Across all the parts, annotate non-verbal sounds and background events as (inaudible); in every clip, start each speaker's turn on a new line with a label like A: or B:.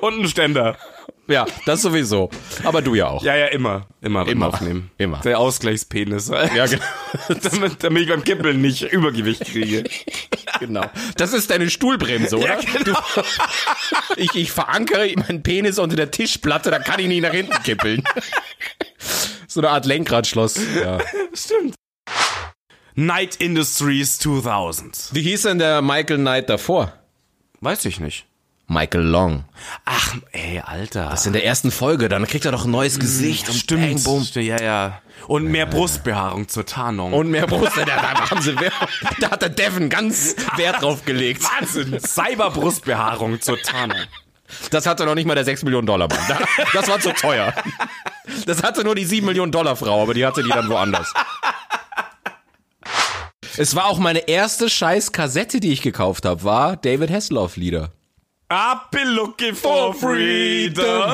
A: und einen Ständer.
B: Ja, das sowieso. Aber du ja auch.
A: Ja, ja, immer. Immer beim
B: Immer.
A: Aufnehmen.
B: Immer.
A: Der Ausgleichspenis.
B: Ja, genau.
A: (laughs) damit, damit ich beim Kippeln nicht Übergewicht kriege.
B: (laughs) genau. Das ist deine Stuhlbremse, oder? du, (laughs) ich, ich verankere meinen Penis unter der Tischplatte, da kann ich nicht nach hinten kippeln. (laughs) So eine Art Lenkradschloss. Ja.
A: Stimmt. Night Industries 2000.
B: Wie hieß denn der Michael Knight davor?
A: Weiß ich nicht.
B: Michael Long.
A: Ach, ey, Alter.
B: Das ist in der ersten Folge, dann kriegt er doch ein neues Gesicht und
A: Stimmt.
B: bang, bumm.
A: ja, ja. Und mehr Brustbehaarung zur Tarnung.
B: Und mehr Brust, (laughs) da, da, haben sie, da hat der Devin ganz Wert drauf gelegt.
A: Wahnsinn. (laughs) Cyberbrustbehaarung zur Tarnung.
B: Das hatte noch nicht mal der 6 Millionen Dollar Mann. Da- Das war zu teuer. Das hatte nur die 7 Millionen Dollar Frau, aber die hatte die dann woanders. Es war auch meine erste scheiß Kassette, die ich gekauft habe, war David Hasselhoff Lieder.
A: I've been looking for freedom.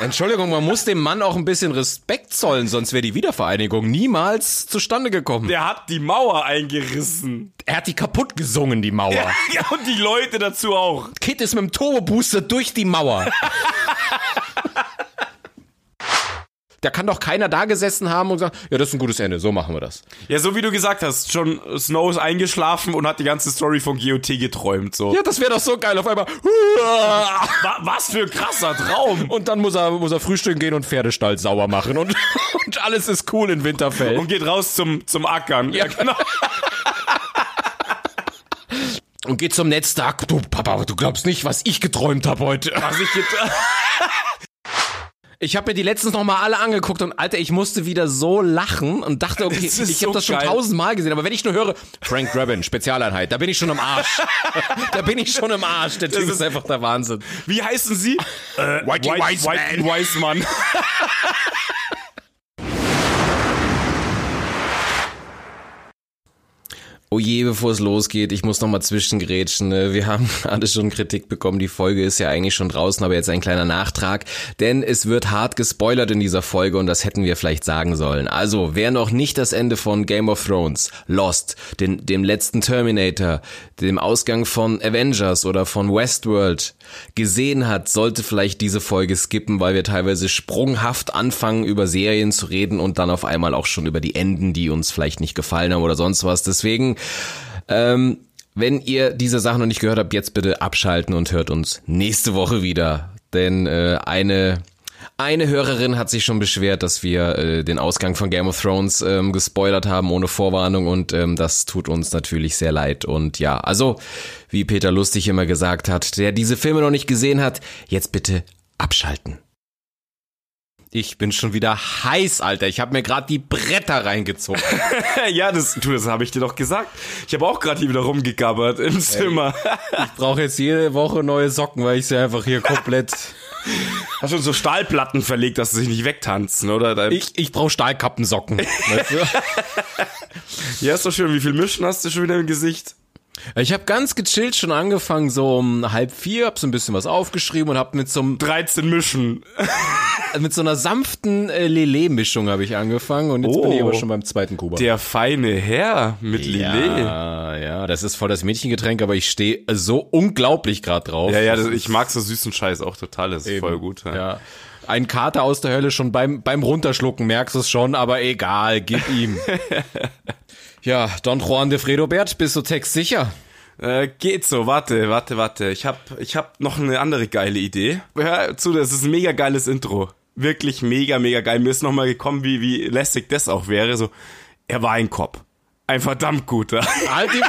B: Entschuldigung, man muss dem Mann auch ein bisschen Respekt zollen, sonst wäre die Wiedervereinigung niemals zustande gekommen.
A: Der hat die Mauer eingerissen.
B: Er hat die kaputt gesungen, die Mauer.
A: (laughs) Ja, und die Leute dazu auch.
B: Kid ist mit dem Turbobooster durch die Mauer. da kann doch keiner da gesessen haben und gesagt, ja, das ist ein gutes Ende, so machen wir das.
A: Ja, so wie du gesagt hast, Jon Snow ist eingeschlafen und hat die ganze Story von GOT geträumt. So.
B: Ja, das wäre doch so geil, auf einmal. huah,
A: Wa- Was für ein krasser Traum.
B: Und dann muss er, muss er frühstücken gehen und Pferdestall sauer machen und, (laughs) und alles ist cool in Winterfell.
A: Und geht raus zum, zum Ackern. Ja, genau.
B: Und geht zum Netztag. Du, Papa, du glaubst nicht, was ich geträumt habe heute.
A: Was ich get-
B: Ich habe mir die letztens noch mal alle angeguckt und Alter, ich musste wieder so lachen und dachte, okay, ich
A: Das ist
B: habe
A: so
B: das schon
A: geil.
B: tausendmal gesehen, aber wenn ich nur höre Frank Drabin, Spezialeinheit, da bin ich schon im (laughs) Arsch. da bin ich schon im Arsch. Der Typ
A: ist-
B: ist, einfach der Wahnsinn.
A: Wie heißen sie? Äh,
B: Whitey
A: White-
B: Wiseman.
A: Whitey Wiseman.
B: Oh je, bevor es losgeht, ich muss noch mal zwischengrätschen. ne? Wir haben (laughs) gerade schon Kritik bekommen, die Folge ist ja eigentlich schon draußen, aber jetzt ein kleiner Nachtrag, denn es wird hart gespoilert in dieser Folge und das hätten wir vielleicht sagen sollen. Also, wer noch nicht das Ende von Game of Thrones, Lost, den, dem letzten Terminator, dem Ausgang von Avengers oder von Westworld gesehen hat, sollte vielleicht diese Folge skippen, weil wir teilweise sprunghaft anfangen, über Serien zu reden und dann auf einmal auch schon über die Enden, die uns vielleicht nicht gefallen haben oder sonst was. Deswegen, ähm, wenn ihr diese Sachen noch nicht gehört habt, jetzt bitte abschalten und hört uns nächste Woche wieder. Denn äh, eine, eine Hörerin hat sich schon beschwert, dass wir äh, den Ausgang von Game of Thrones ähm, gespoilert haben ohne Vorwarnung und ähm, das tut uns natürlich sehr leid. Und ja, also wie Peter Lustig immer gesagt hat, der diese Filme noch nicht gesehen hat, jetzt bitte abschalten. Ich bin schon wieder heiß, Alter. Ich habe mir gerade die Bretter reingezogen.
A: (laughs) ja, das, du, das habe ich dir doch gesagt. Ich habe auch gerade hier wieder rumgegabbert im Zimmer. (laughs)
B: brauche jetzt jede Woche neue Socken, weil ich sie einfach hier komplett.
A: Hast schon so Stahlplatten verlegt, dass sie sich nicht wegtanzen, oder? Dein-
B: Ich, ich brauche Stahlkappensocken. Weißt du?
A: ja, ist doch schön. Wie viel Mischen hast du schon wieder im Gesicht?
B: (laughs) Ich habe ganz gechillt schon angefangen, so um halb vier, hab so ein bisschen was aufgeschrieben und hab mit so, einem,
A: 13 Mischen.
B: mit so einer sanften äh, Lele-Mischung habe ich angefangen und jetzt bin ich
A: Oh.
B: aber schon beim zweiten Kuba.
A: Der feine Herr mit Lillet.
B: Ja, ja, das ist voll das Mädchengetränk, aber ich stehe so unglaublich gerade drauf.
A: Ja, ja, das, ich mag so süßen Scheiß auch total. Das ist voll gut. Ja.
B: Ja. Ein Kater aus der Hölle schon beim, beim Runterschlucken, merkst du es schon, aber egal,
A: (laughs)
B: gib ihm. ja, Don Juan de Fredo Bert, bist du textsicher?
A: Äh, geht so, warte, warte, warte. Ich hab, ich hab noch eine andere geile Idee. Hör zu, das ist ein mega geiles Intro. Wirklich mega, mega geil. Mir ist nochmal gekommen, wie, wie lästig das auch wäre. So, er war ein Kopf. Ein verdammt guter. (laughs)
B: Halt die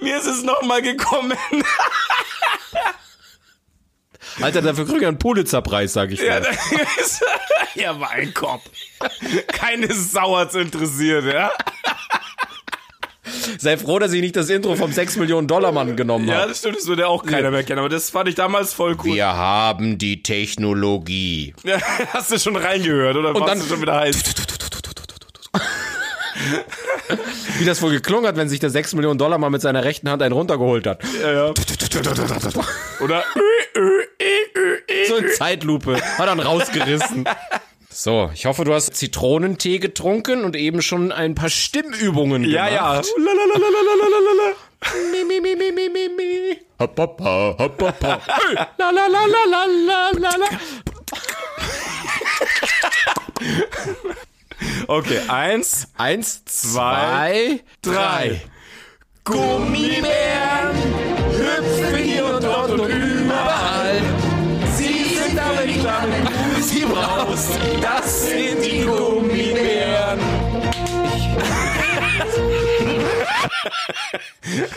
A: Mir ist es nochmal gekommen. (laughs)
B: Alter, dafür krieg ich einen Pulitzerpreis, sag ich dir.
A: er war ein Kopf. Keine Sau hat's interessiert, ja?
B: Sei froh, dass ich nicht das Intro vom 6 Millionen Dollar Mann genommen
A: Ja,
B: habe.
A: das stimmt, das würde auch keiner mehr kennen. Aber das fand ich damals voll cool.
B: Wir haben die Technologie.
A: (laughs) Hast du schon reingehört, oder? Und
B: dann-
A: du schon wieder heiß.
B: Wie das wohl geklungen hat, wenn sich der 6 Millionen Dollar Mann mit seiner rechten Hand einen runtergeholt hat.
A: Ja, ja. Oder?
B: So in Zeitlupe, hat dann rausgerissen. So, ich hoffe, du hast Zitronentee getrunken und eben schon ein paar Stimmübungen
A: Ja, ja.
B: gemacht.
A: Lalalalalalala.
B: Mi, mi, mi, mi, mi, mi, mi.
C: Hoppapa, hoppapa.
B: La, la, la, la, la, la, la, la.
A: Okay, eins.
B: Eins, zwei,
A: Zwei,
B: drei.
A: Gummibären hüpfen hier und dort und
B: Überall.
A: Sie sind aber nicht lange, du sie brauchst. Das sind die Gummibären.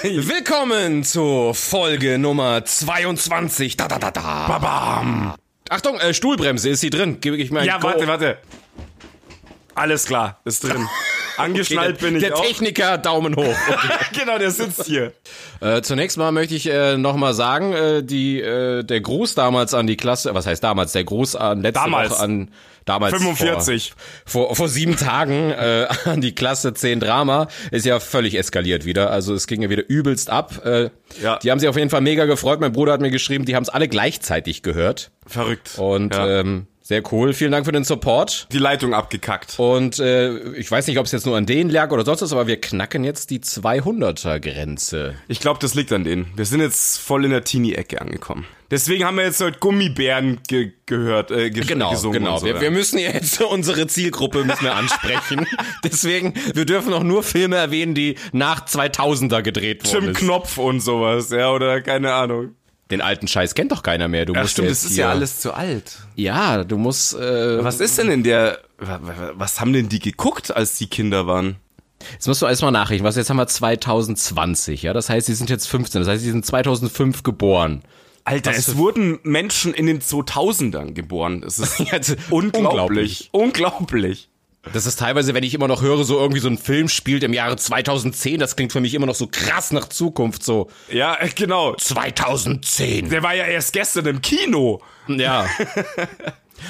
B: Willkommen zur Folge Nummer 22. Da, da, da, da.
A: Babam.
B: Achtung, äh, Stuhlbremse, ist sie drin? Gebe ich mal ein
A: Ja,
B: Go.
A: warte, warte. Alles klar, ist (laughs) drin. Angeschnallt bin ich
B: der
A: auch.
B: Techniker, Daumen hoch.
A: (laughs) genau, der sitzt hier.
B: (laughs) Äh, zunächst mal möchte ich äh, nochmal sagen, äh, die, äh, der Gruß damals an die Klasse, was heißt damals, der Gruß an letzte
A: Damals.
B: Woche an damals
A: 45.
B: Vor, vor, vor sieben Tagen äh, (laughs) an die Klasse 10 Drama ist ja völlig eskaliert wieder. Also es ging ja wieder übelst ab. Äh,
A: Ja.
B: Die haben sich auf jeden Fall mega gefreut. Mein Bruder hat mir geschrieben, die haben es alle gleichzeitig gehört.
A: Verrückt.
B: Und
A: Ja.
B: ähm, sehr cool. Vielen Dank für den Support.
A: äh, die Leitung abgekackt.
B: Und äh, ich weiß nicht, ob es jetzt nur an denen lag oder sonst was, aber wir knacken jetzt die 200er-Grenze.
A: Ich glaube, das liegt an denen. Wir sind jetzt voll in der Teenie-Ecke angekommen. Deswegen haben wir jetzt heute Gummibären ge gehört, äh, ges
B: Genau,
A: gesungen.
B: genau.
A: Und so,
B: wir,
A: ja.
B: wir müssen jetzt (laughs) unsere Zielgruppe müssen wir (laughs) ansprechen. Deswegen, wir dürfen auch nur Filme erwähnen, die nach 2000er gedreht
A: Tim
B: wurden.
A: Knopf und sowas, ja, oder keine Ahnung.
B: Den alten Scheiß kennt doch keiner mehr. Du musst jetzt hier,
A: zu alt.
B: Ja, du musst. Äh,
A: Was ist denn in der, wa- wa- was haben denn die geguckt, als die Kinder waren?
B: jetzt musst du erstmal nachrichten. Was jetzt haben wir 2020? Ja, das heißt, sie sind jetzt 15. Das heißt, sie sind 2005 geboren.
A: Alter,
B: Was
A: es
B: für-
A: wurden Menschen in den 2000ern geboren. Es (laughs) ist
B: Jetzt-
A: unglaublich. Unglaublich.
B: Das ist teilweise, wenn ich immer noch höre, so irgendwie so ein Film spielt im Jahre 2010. Das klingt für mich immer noch so krass nach Zukunft. So
A: Ja, äh, genau.
B: 2010.
A: Der war ja erst gestern im Kino.
B: Ja. (laughs)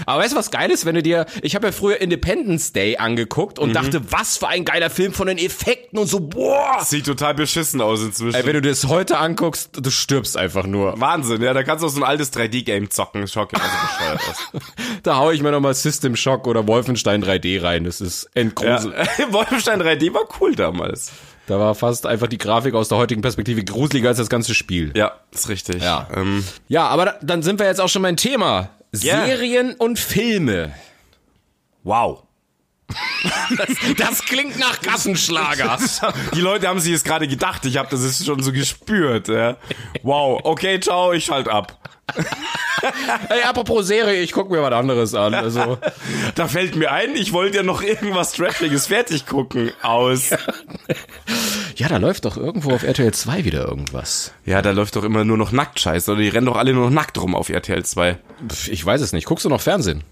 B: Aber weißt du, was geil ist, wenn du dir, ich habe ja früher Independence Day angeguckt und dachte, was für ein geiler Film von den Effekten und so, boah.
A: Sieht total beschissen aus inzwischen.
B: Ey, wenn du dir das heute anguckst, du stirbst einfach nur.
A: Wahnsinn, ja, da kannst du auch so ein altes 3D-Game zocken. Schock, also bescheuert aus.
B: Da hau ich mir nochmal System Shock oder Wolfenstein 3D rein, das ist entgrusel.
A: (laughs) Ja. Also, (laughs) Wolfenstein 3D war cool damals.
B: Da war fast einfach die Grafik aus der heutigen Perspektive gruseliger als das ganze Spiel.
A: Ja, ist richtig.
B: Ja.
A: Ähm,
B: Ja, aber da, dann sind wir jetzt auch schon beim Thema.
A: Ja.
B: Serien und Filme.
A: wow. (laughs)
B: Das klingt nach (laughs) Kassenschlager.
A: Die Leute haben sich jetzt gerade gedacht, ich habe das jetzt schon so gespürt. Ja. Wow, okay, ciao, ich schalte ab.
B: Ey, apropos Serie, ich guck mir was anderes an. Also,
A: Da fällt mir ein, ich wollte ja noch irgendwas Trashiges fertig gucken aus.
B: (laughs) Ja, da läuft doch irgendwo auf RTL 2 wieder irgendwas.
A: Ja, da läuft doch immer nur noch Nacktscheiß, oder? Die rennen doch alle nur noch nackt rum auf RTL 2.
B: Ich weiß es nicht. Guckst du noch Fernsehen?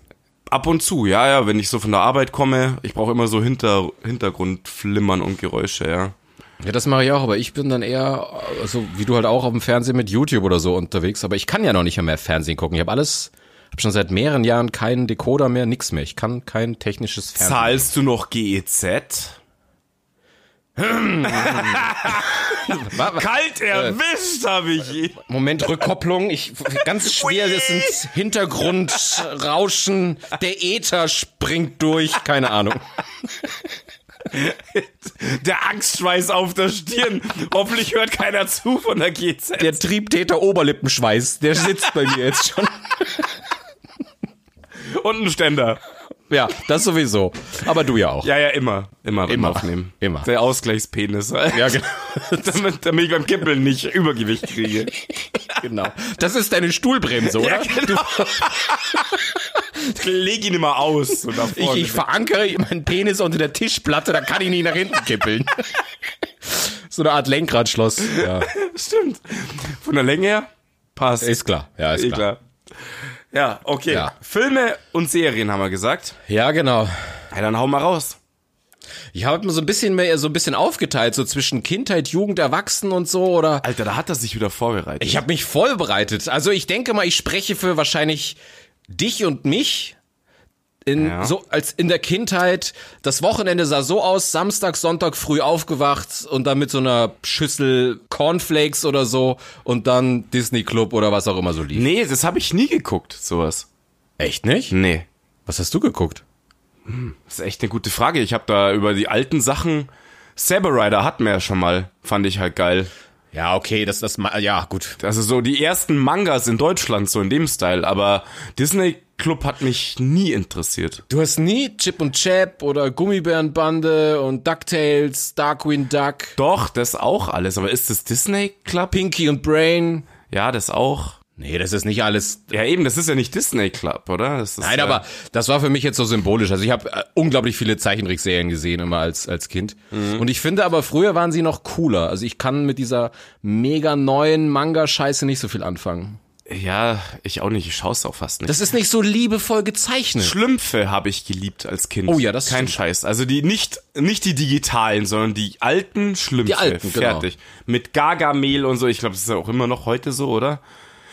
A: Ab und zu, ja, ja, wenn ich so von der Arbeit komme, ich brauche immer so Hinter Hintergrundflimmern und Geräusche, ja.
B: Ja, das mache ich auch, aber ich bin dann eher, äh, so wie du halt auch auf dem Fernsehen mit YouTube oder so unterwegs, aber ich kann ja noch nicht mehr Fernsehen gucken. Ich habe alles, habe schon seit mehreren Jahren keinen Decoder mehr, nix mehr. Ich kann kein technisches Fernsehen.
A: Zahlst du noch
B: E
A: GEZ?
B: Wa- wa-
A: Kalt erwischt
B: Äh.
A: habe ich ihn.
B: Moment, Rückkopplung. Ich, (laughs) ganz schwer, das sind Hintergrundrauschen. Der Äther springt durch. Keine Ahnung.
A: Der Angstschweiß auf der
B: (laughs)
A: Stirn. Hoffentlich hört keiner zu von der E GZ.
B: Der Triebtäter Oberlippenschweiß, der sitzt bei mir jetzt schon.
A: Und ein Ständer.
B: Ja, das sowieso. Aber du ja auch.
A: Ja, ja, immer. Immer,
B: Immer.
A: immer aufnehmen.
B: Immer.
A: Der Ausgleichspenis.
B: Ja, genau.
A: (laughs) damit, damit ich beim Kippeln nicht Übergewicht kriege.
B: (laughs) genau. Das ist deine Stuhlbremse, oder?
A: genau. (laughs) Leg ihn immer aus. So nach
B: ich,
A: vorne.
B: ich verankere meinen Penis unter der Tischplatte, da kann ich nicht nach hinten kippeln. so eine Art Lenkradschloss. Ja,
A: Stimmt. Von der Länge her passt.
B: ist klar. Ja, ist
A: Eh
B: klar.
A: klar. Ja, okay.
B: Ja.
A: Filme und Serien haben wir gesagt.
B: Ja, genau.
A: Ja, dann hau mal raus.
B: Ich habe mir so ein bisschen mehr, so ein bisschen aufgeteilt, so zwischen Kindheit, Jugend, Erwachsenen und so, oder?
A: Alter, da hat er sich wieder vorbereitet.
B: Ich habe mich vorbereitet. Also ich denke mal, ich spreche für wahrscheinlich dich und mich. In,
A: Ja.
B: so als in der Kindheit. Das Wochenende sah so aus, Samstag, Sonntag früh aufgewacht und dann mit so einer Schüssel Cornflakes oder so und dann Disney Club oder was auch immer so lief. Hm.
A: Nee, das habe ich nie geguckt, sowas.
B: Echt nicht?
A: Nee.
B: Was hast du geguckt?
A: Das ist echt eine gute Frage. Ich habe da über die alten Sachen. Saber Rider hatten wir ja schon mal. Fand ich halt geil.
D: Ja, okay, das, das, ma- ja, gut.
A: Also so die ersten Mangas in Deutschland, so in dem Style. Aber Disney Club hat mich nie interessiert.
B: Du hast nie Chip und Chap oder Gummibärenbande und DuckTales, Darkwing Duck,
A: Doch, das auch alles. Aber ist das Disney Club?
B: Pinky und Brain.
A: Ja, das auch.
D: Nee, das ist nicht alles.
A: Ja, eben, das ist ja nicht Disney Club, oder? Das ist,
D: Nein,
A: ja-
D: aber das war für mich jetzt so symbolisch. Also ich habe äh, unglaublich viele Zeichentrickserien gesehen immer als als Kind.
B: Und ich finde aber früher waren sie noch cooler. Also ich kann mit dieser mega neuen Manga-Scheiße nicht so viel anfangen.
A: Ja, ich auch nicht. Ich schaue es auch fast nicht.
B: Das ist nicht so liebevoll gezeichnet.
A: Schlümpfe habe ich geliebt als Kind.
B: Oh ja, das
A: Kein
B: stimmt.
A: Scheiß. Also die nicht, nicht die digitalen, sondern die alten Schlümpfe.
B: Die alten, genau.
A: Fertig. Mit Gargamel und so. Ich glaube, das ist ja auch immer noch heute so, oder?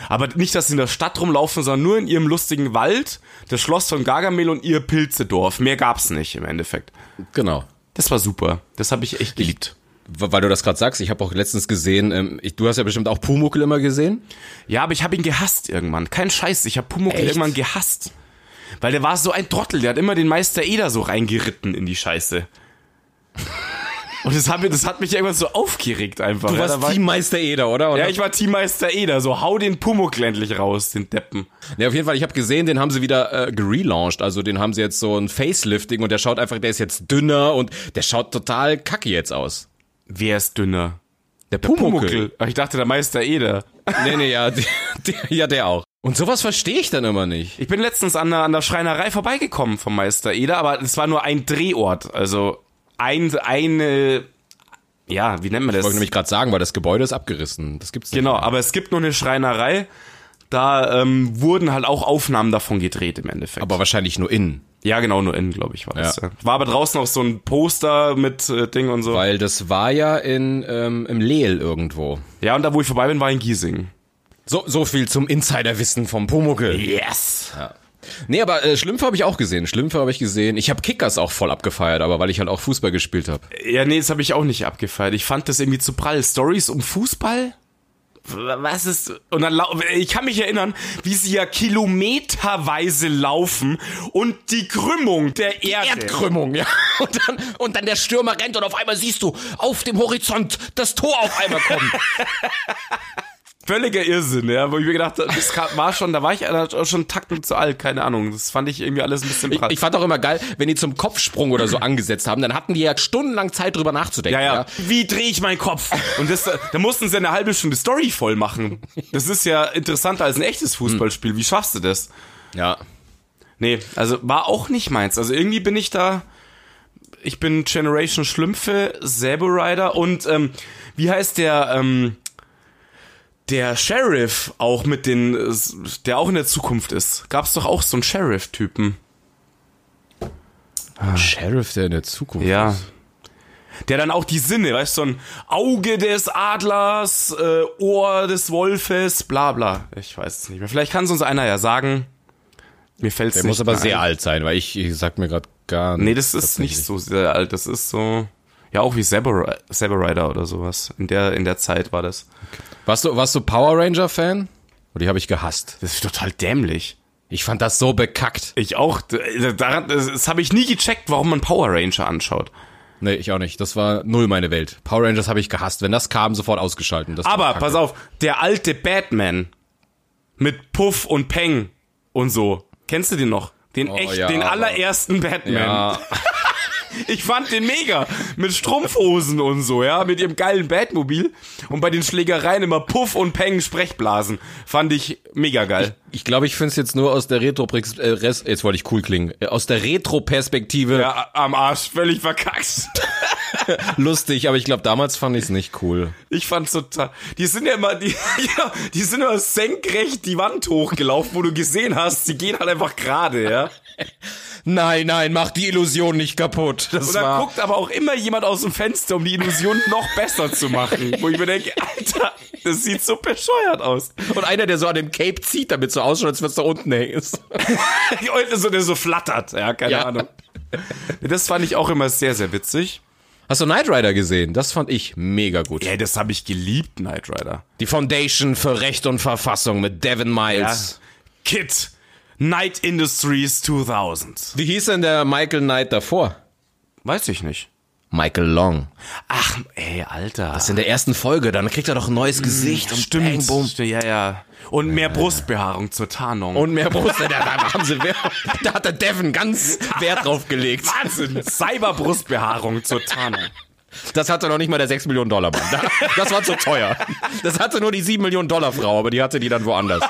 A: Aber nicht, dass sie in der Stadt rumlaufen, sondern nur in ihrem lustigen Wald, das Schloss von Gargamel und ihr Pilzedorf. Mehr gab's nicht im Endeffekt.
B: Genau.
A: Das war super. Das habe ich echt geliebt.
B: W- Weil du das gerade sagst, ich habe auch letztens gesehen, ähm, ich, du hast ja bestimmt auch Pumuckl immer gesehen.
A: Ja, aber ich habe ihn gehasst irgendwann. Kein Scheiß, ich habe Pumuckl
B: Echt?
A: irgendwann gehasst. Weil der war so ein Trottel, der hat immer den Meister Eder so reingeritten in die
B: (laughs)
A: Scheiße. Und das hat, mir, das hat mich irgendwann so aufgeregt einfach. ja, da war,
B: Teammeister Eder, oder?
A: ja, ich war Teammeister Eder, so hau den Pumuckl endlich raus, den Deppen.
B: Ja, auf jeden Fall, ich habe gesehen, den haben sie wieder äh, gerelauncht. Also den haben sie jetzt so ein Facelifting und der schaut einfach, der ist jetzt dünner und der schaut total kacke jetzt aus.
A: Wer ist dünner?
B: Der, Pumuckl.
A: Aber Ich dachte, der Meister Eder.
B: Nee, nee, ja, (laughs) der, der, ja, der auch. Und sowas verstehe ich dann immer nicht.
A: Ich bin letztens an der, an der Schreinerei vorbeigekommen vom Meister Eder, aber es war nur ein Drehort. Also ein, eine, ja, wie nennt man das?
B: Wollte ich nämlich gerade sagen, weil das Gebäude ist abgerissen. Das gibt's nicht.
A: Genau, aber es gibt noch eine Schreinerei. Da ähm, wurden halt auch Aufnahmen davon gedreht im Endeffekt.
B: Aber wahrscheinlich nur innen.
A: ja, genau, nur innen, glaube ich, war das.
B: Ja.
A: Ja. War aber draußen auch so ein Poster mit äh, Ding und so.
B: Weil das war ja in, ähm, im Lehl irgendwo.
A: Ja, und da, wo ich vorbei bin, war in Giesing.
B: So, so viel zum Insiderwissen vom Pumuckel.
A: Yes!
B: Nee, aber äh, Schlümpfe habe ich auch gesehen. Schlümpfe habe ich gesehen. Ich habe Kickers auch voll abgefeiert, aber weil ich halt auch Fußball gespielt habe.
A: Ja, nee, das habe ich auch nicht abgefeiert. Ich fand das irgendwie zu prall. Stories um Fußball? Was ist. Und dann lau- Ich kann mich erinnern, wie sie ja kilometerweise laufen und die Krümmung der Erde.
B: Erdkrümmung, ja. (laughs) Und dann, und dann der Stürmer rennt und auf einmal siehst du auf dem Horizont das Tor auf einmal kommen.
A: völliger Irrsinn, ja, wo ich mir gedacht habe, das kam- war schon, da war ich äh, schon einen Tacken zu alt, keine Ahnung. Das fand ich irgendwie alles ein bisschen
B: ich,
A: prall.
B: ich fand auch immer geil, wenn die zum Kopfsprung oder
A: (clears throat)
B: so angesetzt haben, dann hatten die ja stundenlang Zeit drüber nachzudenken.
A: ja, ja. Wie drehe ich meinen Kopf? Und das, äh, da mussten sie eine halbe Stunde Story voll machen. Das ist ja interessanter als ein
B: Hm.
A: echtes Fußballspiel. Wie schaffst du das?
B: Ja.
A: Nee, also war auch nicht meins. Also irgendwie bin ich da. Ich bin Generation Schlümpfe, Saber Rider und ähm, wie heißt der ähm, der Sheriff auch mit den, äh, der auch in der Zukunft ist? Gab's doch auch so einen Sheriff-Typen.
B: Sheriff, der in der Zukunft.
A: Ah. Ja. Der dann auch die Sinne, weißt du, so ein Auge des Adlers, äh, Ohr des Wolfes, bla bla. Ich weiß es nicht mehr. Vielleicht kann es uns einer ja sagen. Mir fällt's
B: Der
A: nicht
B: muss aber
A: mehr
B: sehr
A: ein.
B: alt sein, weil ich, ich sag mir gerade gar nicht.
A: Nee, das ist nicht so sehr alt. Das ist so. Ja, auch wie Saber Saber Rider oder sowas. In der, in der Zeit war das.
B: Warst du, warst du Power Ranger-Fan? Oder die habe ich gehasst.
A: Das ist total dämlich.
B: Ich fand das so bekackt.
A: Ich auch. D- Daran, das das habe ich nie gecheckt, warum man Power Ranger anschaut.
B: Nee, ich auch nicht. Das war null meine Welt. Power Rangers habe ich gehasst. Wenn das kam, sofort ausgeschalten. Das war
A: Aber
B: kacke.
A: pass auf, der alte Batman mit Puff und Peng und so. Kennst du den noch? Den echt,
B: Oh, ja,
A: den
B: aber-
A: allerersten Batman.
B: Ja,
A: Ich fand den mega. Mit Strumpfhosen und so, ja. Mit ihrem geilen Batmobil. Und bei den Schlägereien immer Puff und Peng Sprechblasen. Fand ich mega geil.
B: ich glaube, ich finde es jetzt nur aus der retro äh, Res- jetzt wollte ich cool klingen, Äh, aus der Retro-Perspektive
A: Ja, am Arsch, völlig verkackt.
B: lustig, aber ich glaube, damals fand ich es nicht cool.
A: Ich fand's total. Die sind ja immer, die, (laughs) ja, die sind immer senkrecht die Wand hochgelaufen, wo du gesehen hast, sie gehen halt einfach gerade, ja.
B: Nein, nein, mach die Illusion nicht kaputt. Das
A: Und da
B: war
A: guckt aber auch immer jemand aus dem Fenster, um die Illusion (laughs) noch besser zu machen. Wo ich mir denke, Alter, das sieht so bescheuert aus. (laughs)
B: und einer, der so an dem Cape zieht, damit so ausschaut, als wenn es da unten (laughs) hängt.
A: Die Eule so, der so flattert. Ja, keine
B: Ja.
A: Ahnung. (laughs) Das fand ich auch immer sehr, sehr witzig.
B: Hast du Knight Rider gesehen? Das fand ich mega gut.
A: Ja, das habe ich geliebt, Knight Rider.
B: Die Foundation für Recht und Verfassung mit Devin Miles.
A: Kid, Night Industries 2000.
B: Wie hieß denn der Michael Knight davor?
A: Weiß ich nicht.
B: Michael Long.
A: Ach, ey, Alter.
B: Das ist in der ersten Folge, dann kriegt er doch ein neues Gesicht und bang,
A: Stimmt,
B: bumm.
A: stimmt, ja, ja. Und mehr Brustbehaarung zur Tarnung.
B: Und mehr Brust, (laughs) da, da, haben sie, Wert- da hat der Devin ganz Wert drauf gelegt.
A: (laughs) Wahnsinn, Cyberbrustbehaarung zur Tarnung.
B: Das hatte noch nicht mal der 6 Millionen Dollar Mann. Da- Das war zu teuer. Das hatte nur die 7 Millionen Dollar Frau, aber die hatte die dann woanders.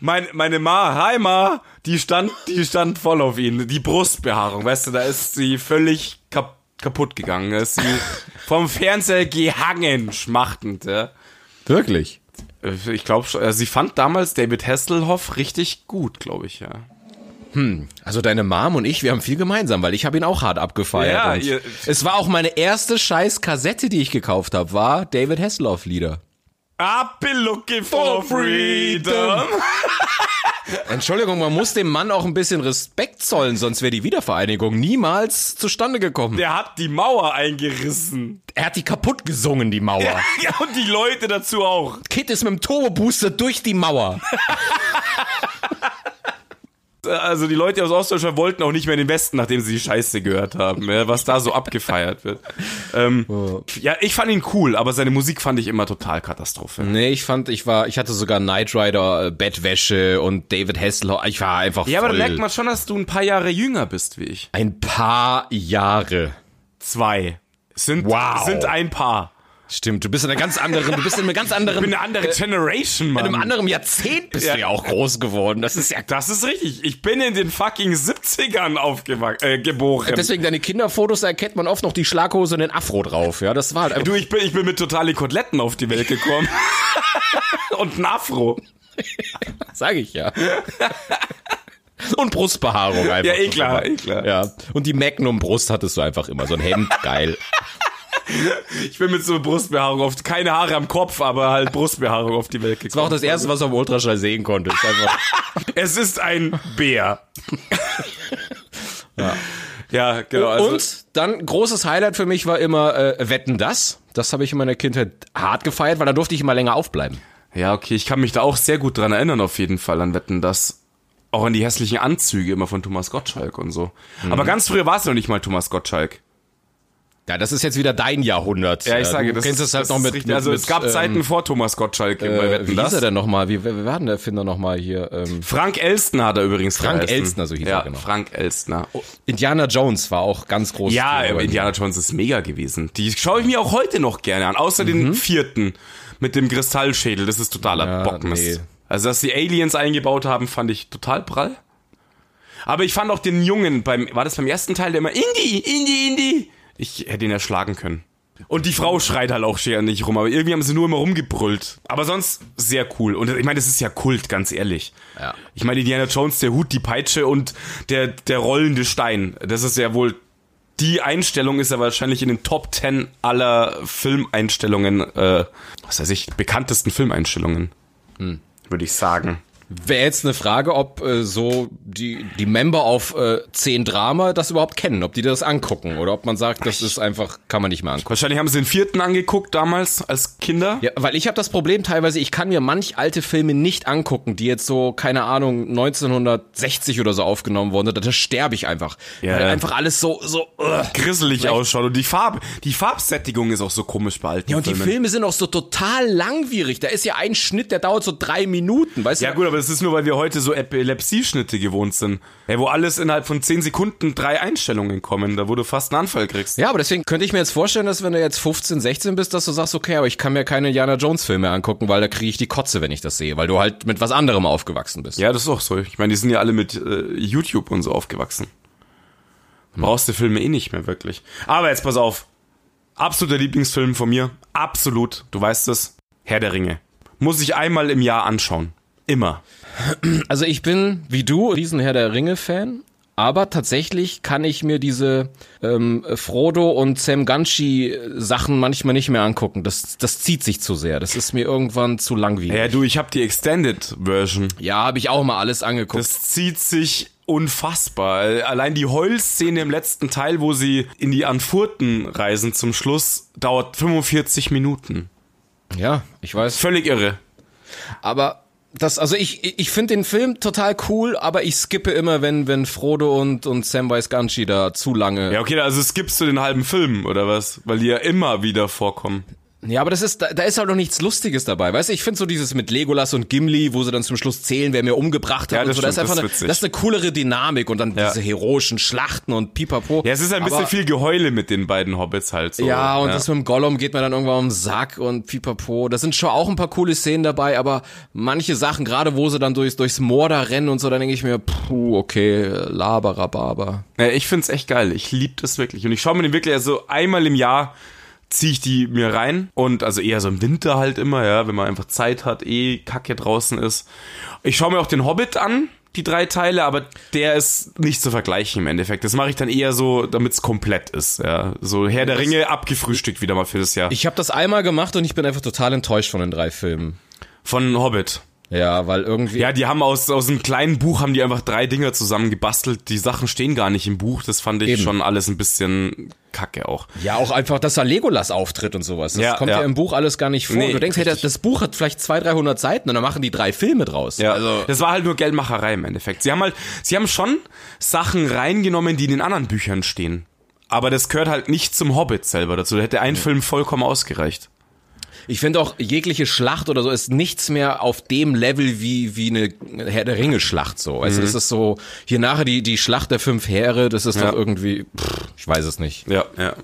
A: Mein, meine Ma, hi Ma, die stand, die stand voll auf ihn. Die Brustbehaarung, weißt du, da ist sie völlig kap kaputt gegangen. Da ist (laughs) sie vom Fernseher gehangen, schmachtend. Ja.
E: Wirklich?
A: Äh, Ich glaube, sie fand damals David Hasselhoff richtig gut, glaube ich, ja.
B: Also deine Mom und ich, wir haben viel gemeinsam, weil ich habe ihn auch hart abgefeiert.
A: Ja,
B: und
A: ihr-
B: es war auch meine erste scheiß Kassette, die ich gekauft habe, war David Hasselhoff Lieder.
A: I've been looking for freedom.
B: (laughs) Entschuldigung, man muss dem Mann auch ein bisschen Respekt zollen, sonst wäre die Wiedervereinigung niemals zustande gekommen.
A: Der hat die Mauer eingerissen.
B: Er hat die kaputt gesungen, die Mauer.
A: (laughs) Ja, und die Leute dazu auch.
B: Kid ist mit dem Turbo-Booster durch
A: (laughs)
B: die Mauer.
A: Also die Leute aus Ostdeutschland wollten auch nicht mehr in den Westen, nachdem sie die Scheiße gehört haben, ja, was da so abgefeiert wird. Ähm, Ja, ich fand ihn cool, aber seine Musik fand ich immer total Katastrophe.
B: Nee, ich fand, ich war, ich hatte sogar Knight Rider, äh, Bettwäsche und David Hasselhoff. Ich war einfach
A: Ja, aber da
B: voll
A: merkt man schon, dass du ein paar Jahre jünger bist wie ich.
B: ein paar Jahre.
A: Zwei. Sind,
B: Wow.
A: sind ein paar.
B: Stimmt, du bist in einer ganz anderen, du bist in einem ganz anderen,
A: Bin eine andere Generation, Mann.
B: Äh, in einem anderen Jahrzehnt bist du ja auch groß geworden. Das ist ja
A: das ist richtig. Ich bin in den fucking 70ern aufgewachsen, äh, geboren.
B: Deswegen deine Kinderfotos da erkennt man oft noch die Schlaghose und den Afro drauf. Ja, das war halt
A: Du, ich bin, ich bin mit totale Koteletten auf die Welt
B: (laughs)
A: gekommen. Und ein Afro.
B: sag ich ja. Und Brustbehaarung
A: Ja,
B: einfach.
A: eh
B: Das
A: klar,
B: war-
A: eh klar.
B: Ja. Und die Magnum-Brust hattest du einfach immer. So ein Hemd, geil.
A: Ich bin mit so Brustbehaarung auf, keine Haare am Kopf, aber halt Brustbehaarung auf die Welt
B: Das war
A: gekommen.
B: auch das Erste, was du am Ultraschall sehen konntest. Einfach.
A: Es ist ein
B: (laughs)
A: Bär. ja. genau. Also,
B: und dann großes Highlight für mich war immer äh, Wetten das. Das habe ich in meiner Kindheit hart gefeiert, weil da durfte ich immer länger aufbleiben.
A: Ja, okay, ich kann mich da auch sehr gut dran erinnern, auf jeden Fall, an Wetten, dass auch an die hässlichen Anzüge immer von Thomas Gottschalk und so.
B: Mhm.
A: Aber ganz früher war es noch nicht mal Thomas Gottschalk.
B: Ja, das ist jetzt wieder dein Jahrhundert.
A: Ja, ich sage,
B: du
A: das
B: kennst
A: ist,
B: das halt
A: das
B: noch
A: ist
B: mit,
A: richtig.
B: mit
A: Also
B: mit,
A: es gab
B: ähm,
A: Zeiten vor Thomas Gottschalk bei
B: Äh,
A: Wetten,
B: wie hieß
A: dass.
B: er denn nochmal? Wie, wer, wer war denn der Erfinder nochmal hier? Ähm,
A: Frank Elstner hat er übrigens
B: Frank
A: geheißen.
B: Elstner, so hieß
A: ja,
B: er, genau.
A: Frank Elstner. Oh,
B: Indiana Jones war auch ganz groß.
A: ja,
B: geworden.
A: aber Indiana Jones ist mega gewesen. Die schaue ich mir auch heute noch gerne an, außer den vierten mit dem Kristallschädel. Das ist totaler
B: Mhm. Ja,
A: Bockmist.
B: nee.
A: Also, dass die Aliens eingebaut haben, fand ich total prall. Aber ich fand auch den Jungen beim, war das beim ersten Teil, der immer Indie, Indie, Indie. Ich hätte ihn erschlagen können. Und die Frau schreit halt auch scher nicht rum, aber irgendwie haben sie nur immer rumgebrüllt. Aber sonst sehr cool. Und ich meine, das ist ja Kult, ganz ehrlich.
B: Ja.
A: Ich meine, Indiana Jones, der Hut, die Peitsche und der, der rollende Stein. Das ist ja wohl, die Einstellung ist ja wahrscheinlich in den Top 10 aller Filmeinstellungen, äh, was weiß ich, bekanntesten Filmeinstellungen. Hm, Würde ich sagen.
B: Wäre jetzt eine Frage, ob äh, so die, die Member auf äh, 10 Drama das überhaupt kennen, ob die das angucken oder ob man sagt, das ist einfach, kann man nicht mehr angucken.
A: Wahrscheinlich haben sie den vierten angeguckt damals als Kinder.
B: Ja, weil ich habe das Problem teilweise, ich kann mir manch alte Filme nicht angucken, die jetzt so, keine Ahnung, 1960 oder so aufgenommen wurden. Da da sterbe ich einfach.
A: Ja,
B: weil
A: ja.
B: einfach alles so, so. Ugh.
A: grisselig ausschaut und die Farb, die Farbsättigung ist auch so komisch bei alten
B: Ja, und die
A: Filmen.
B: Filme sind auch so total langwierig. Da ist ja ein Schnitt, der dauert so drei Minuten, weißt
A: ja
B: du?
A: gut, aber das ist nur, weil wir heute so Epilepsie-Schnitte gewohnt sind. Ja, wo alles innerhalb von 10 Sekunden drei Einstellungen kommen, da wo du fast einen Anfall kriegst.
B: Ja, aber deswegen könnte ich mir jetzt vorstellen, dass wenn du jetzt 15, 16 bist, dass du sagst, okay, aber ich kann mir keine Indiana Jones Filme angucken, weil da kriege ich die Kotze, wenn ich das sehe, weil du halt mit was anderem aufgewachsen bist.
A: Ja, das ist auch so. Ich meine, die sind ja alle mit äh, YouTube und so aufgewachsen. Da
B: Hm.
A: brauchst du Filme eh nicht mehr wirklich. Aber jetzt pass auf. Absoluter Lieblingsfilm von mir. Absolut. Du weißt es. Herr der Ringe. Muss ich einmal im Jahr anschauen. Immer.
B: Also ich bin, wie du, riesen Herr der Ringe Fan. Aber tatsächlich kann ich mir diese ähm, Frodo und Sam Ganshi Sachen manchmal nicht mehr angucken. Das, das zieht sich zu sehr. Das ist mir irgendwann zu langwierig.
A: Ja, du, ich habe die Extended Version.
B: ja, habe ich auch mal alles angeguckt.
A: Das zieht sich unfassbar. Allein die Heulszene im letzten Teil, wo sie in die Anfurten reisen zum Schluss, dauert 45 Minuten.
B: ja, ich weiß.
A: Völlig irre.
B: Aber Das, also ich, ich- ich finde den Film total cool, aber ich skippe immer, wenn, wenn Frodo und, und Samwise Ganshi da zu lange.
A: Ja, okay, also skippst du den halben Film, oder was? Weil die ja immer wieder vorkommen.
B: Ja, aber das ist, da, da ist halt noch nichts Lustiges dabei. Weißt du, ich finde so dieses mit Legolas und Gimli, wo sie dann zum Schluss zählen, wer mir umgebracht hat
A: Ja,
B: und
A: das
B: so, das ist
A: stimmt,
B: einfach
A: das ist
B: eine,
A: witzig.
B: das ist eine coolere Dynamik und dann
A: Ja.
B: diese heroischen Schlachten und pipapo.
A: Ja, es ist ein bisschen
B: aber,
A: viel Geheule mit den beiden Hobbits halt so.
B: Ja, und das mit dem Gollum geht mir dann irgendwann um den Sack und pipapo. Da sind schon auch ein paar coole Szenen dabei, aber manche Sachen, gerade wo sie dann durchs, durchs Moor da rennen und so, dann denke ich mir, puh, okay, laberababer.
A: Ja, ich find's echt geil. Ich lieb das wirklich. Und ich schaue mir den wirklich, also einmal im Jahr zieh ich die mir rein. Und also eher so im Winter halt immer, ja, wenn man einfach Zeit hat, eh Kacke draußen ist. Ich schaue mir auch den Hobbit an, die drei Teile, aber der ist nicht zu vergleichen im Endeffekt. Das mache ich dann eher so, damit's komplett ist. Ja. So Herr der Ringe abgefrühstückt wieder mal für das Jahr.
B: Ich habe das einmal gemacht und ich bin einfach total enttäuscht von den drei Filmen.
A: Von Hobbit.
B: Ja, weil irgendwie.
A: Ja, die haben aus, aus einem kleinen Buch haben die einfach drei Dinger zusammen gebastelt. Die Sachen stehen gar nicht im Buch. Das fand ich
B: Eben.
A: schon alles ein bisschen kacke auch.
B: Ja, auch einfach, dass da Legolas auftritt und sowas. Das
A: Ja,
B: kommt ja.
A: ja.
B: im Buch alles gar nicht vor.
A: Nee,
B: und du denkst, hey, das,
A: richtig.
B: das Buch hat vielleicht 200, 300 Seiten und dann machen die drei Filme draus.
A: Ja,
B: Also,
A: das war halt nur Geldmacherei im Endeffekt. Sie haben halt, sie haben schon Sachen reingenommen, die in den anderen Büchern stehen. Aber das gehört halt nicht zum Hobbit selber dazu. Da hätte ein Film vollkommen ausgereicht.
B: ich finde auch, jegliche Schlacht oder so ist nichts mehr auf dem Level wie, wie eine Herr der Ringe-Schlacht so. Also, das ist so, hier nachher die, die Schlacht der fünf Heere, das ist
A: Ja.
B: doch irgendwie, pff, ich weiß es nicht.
A: Ja, ja.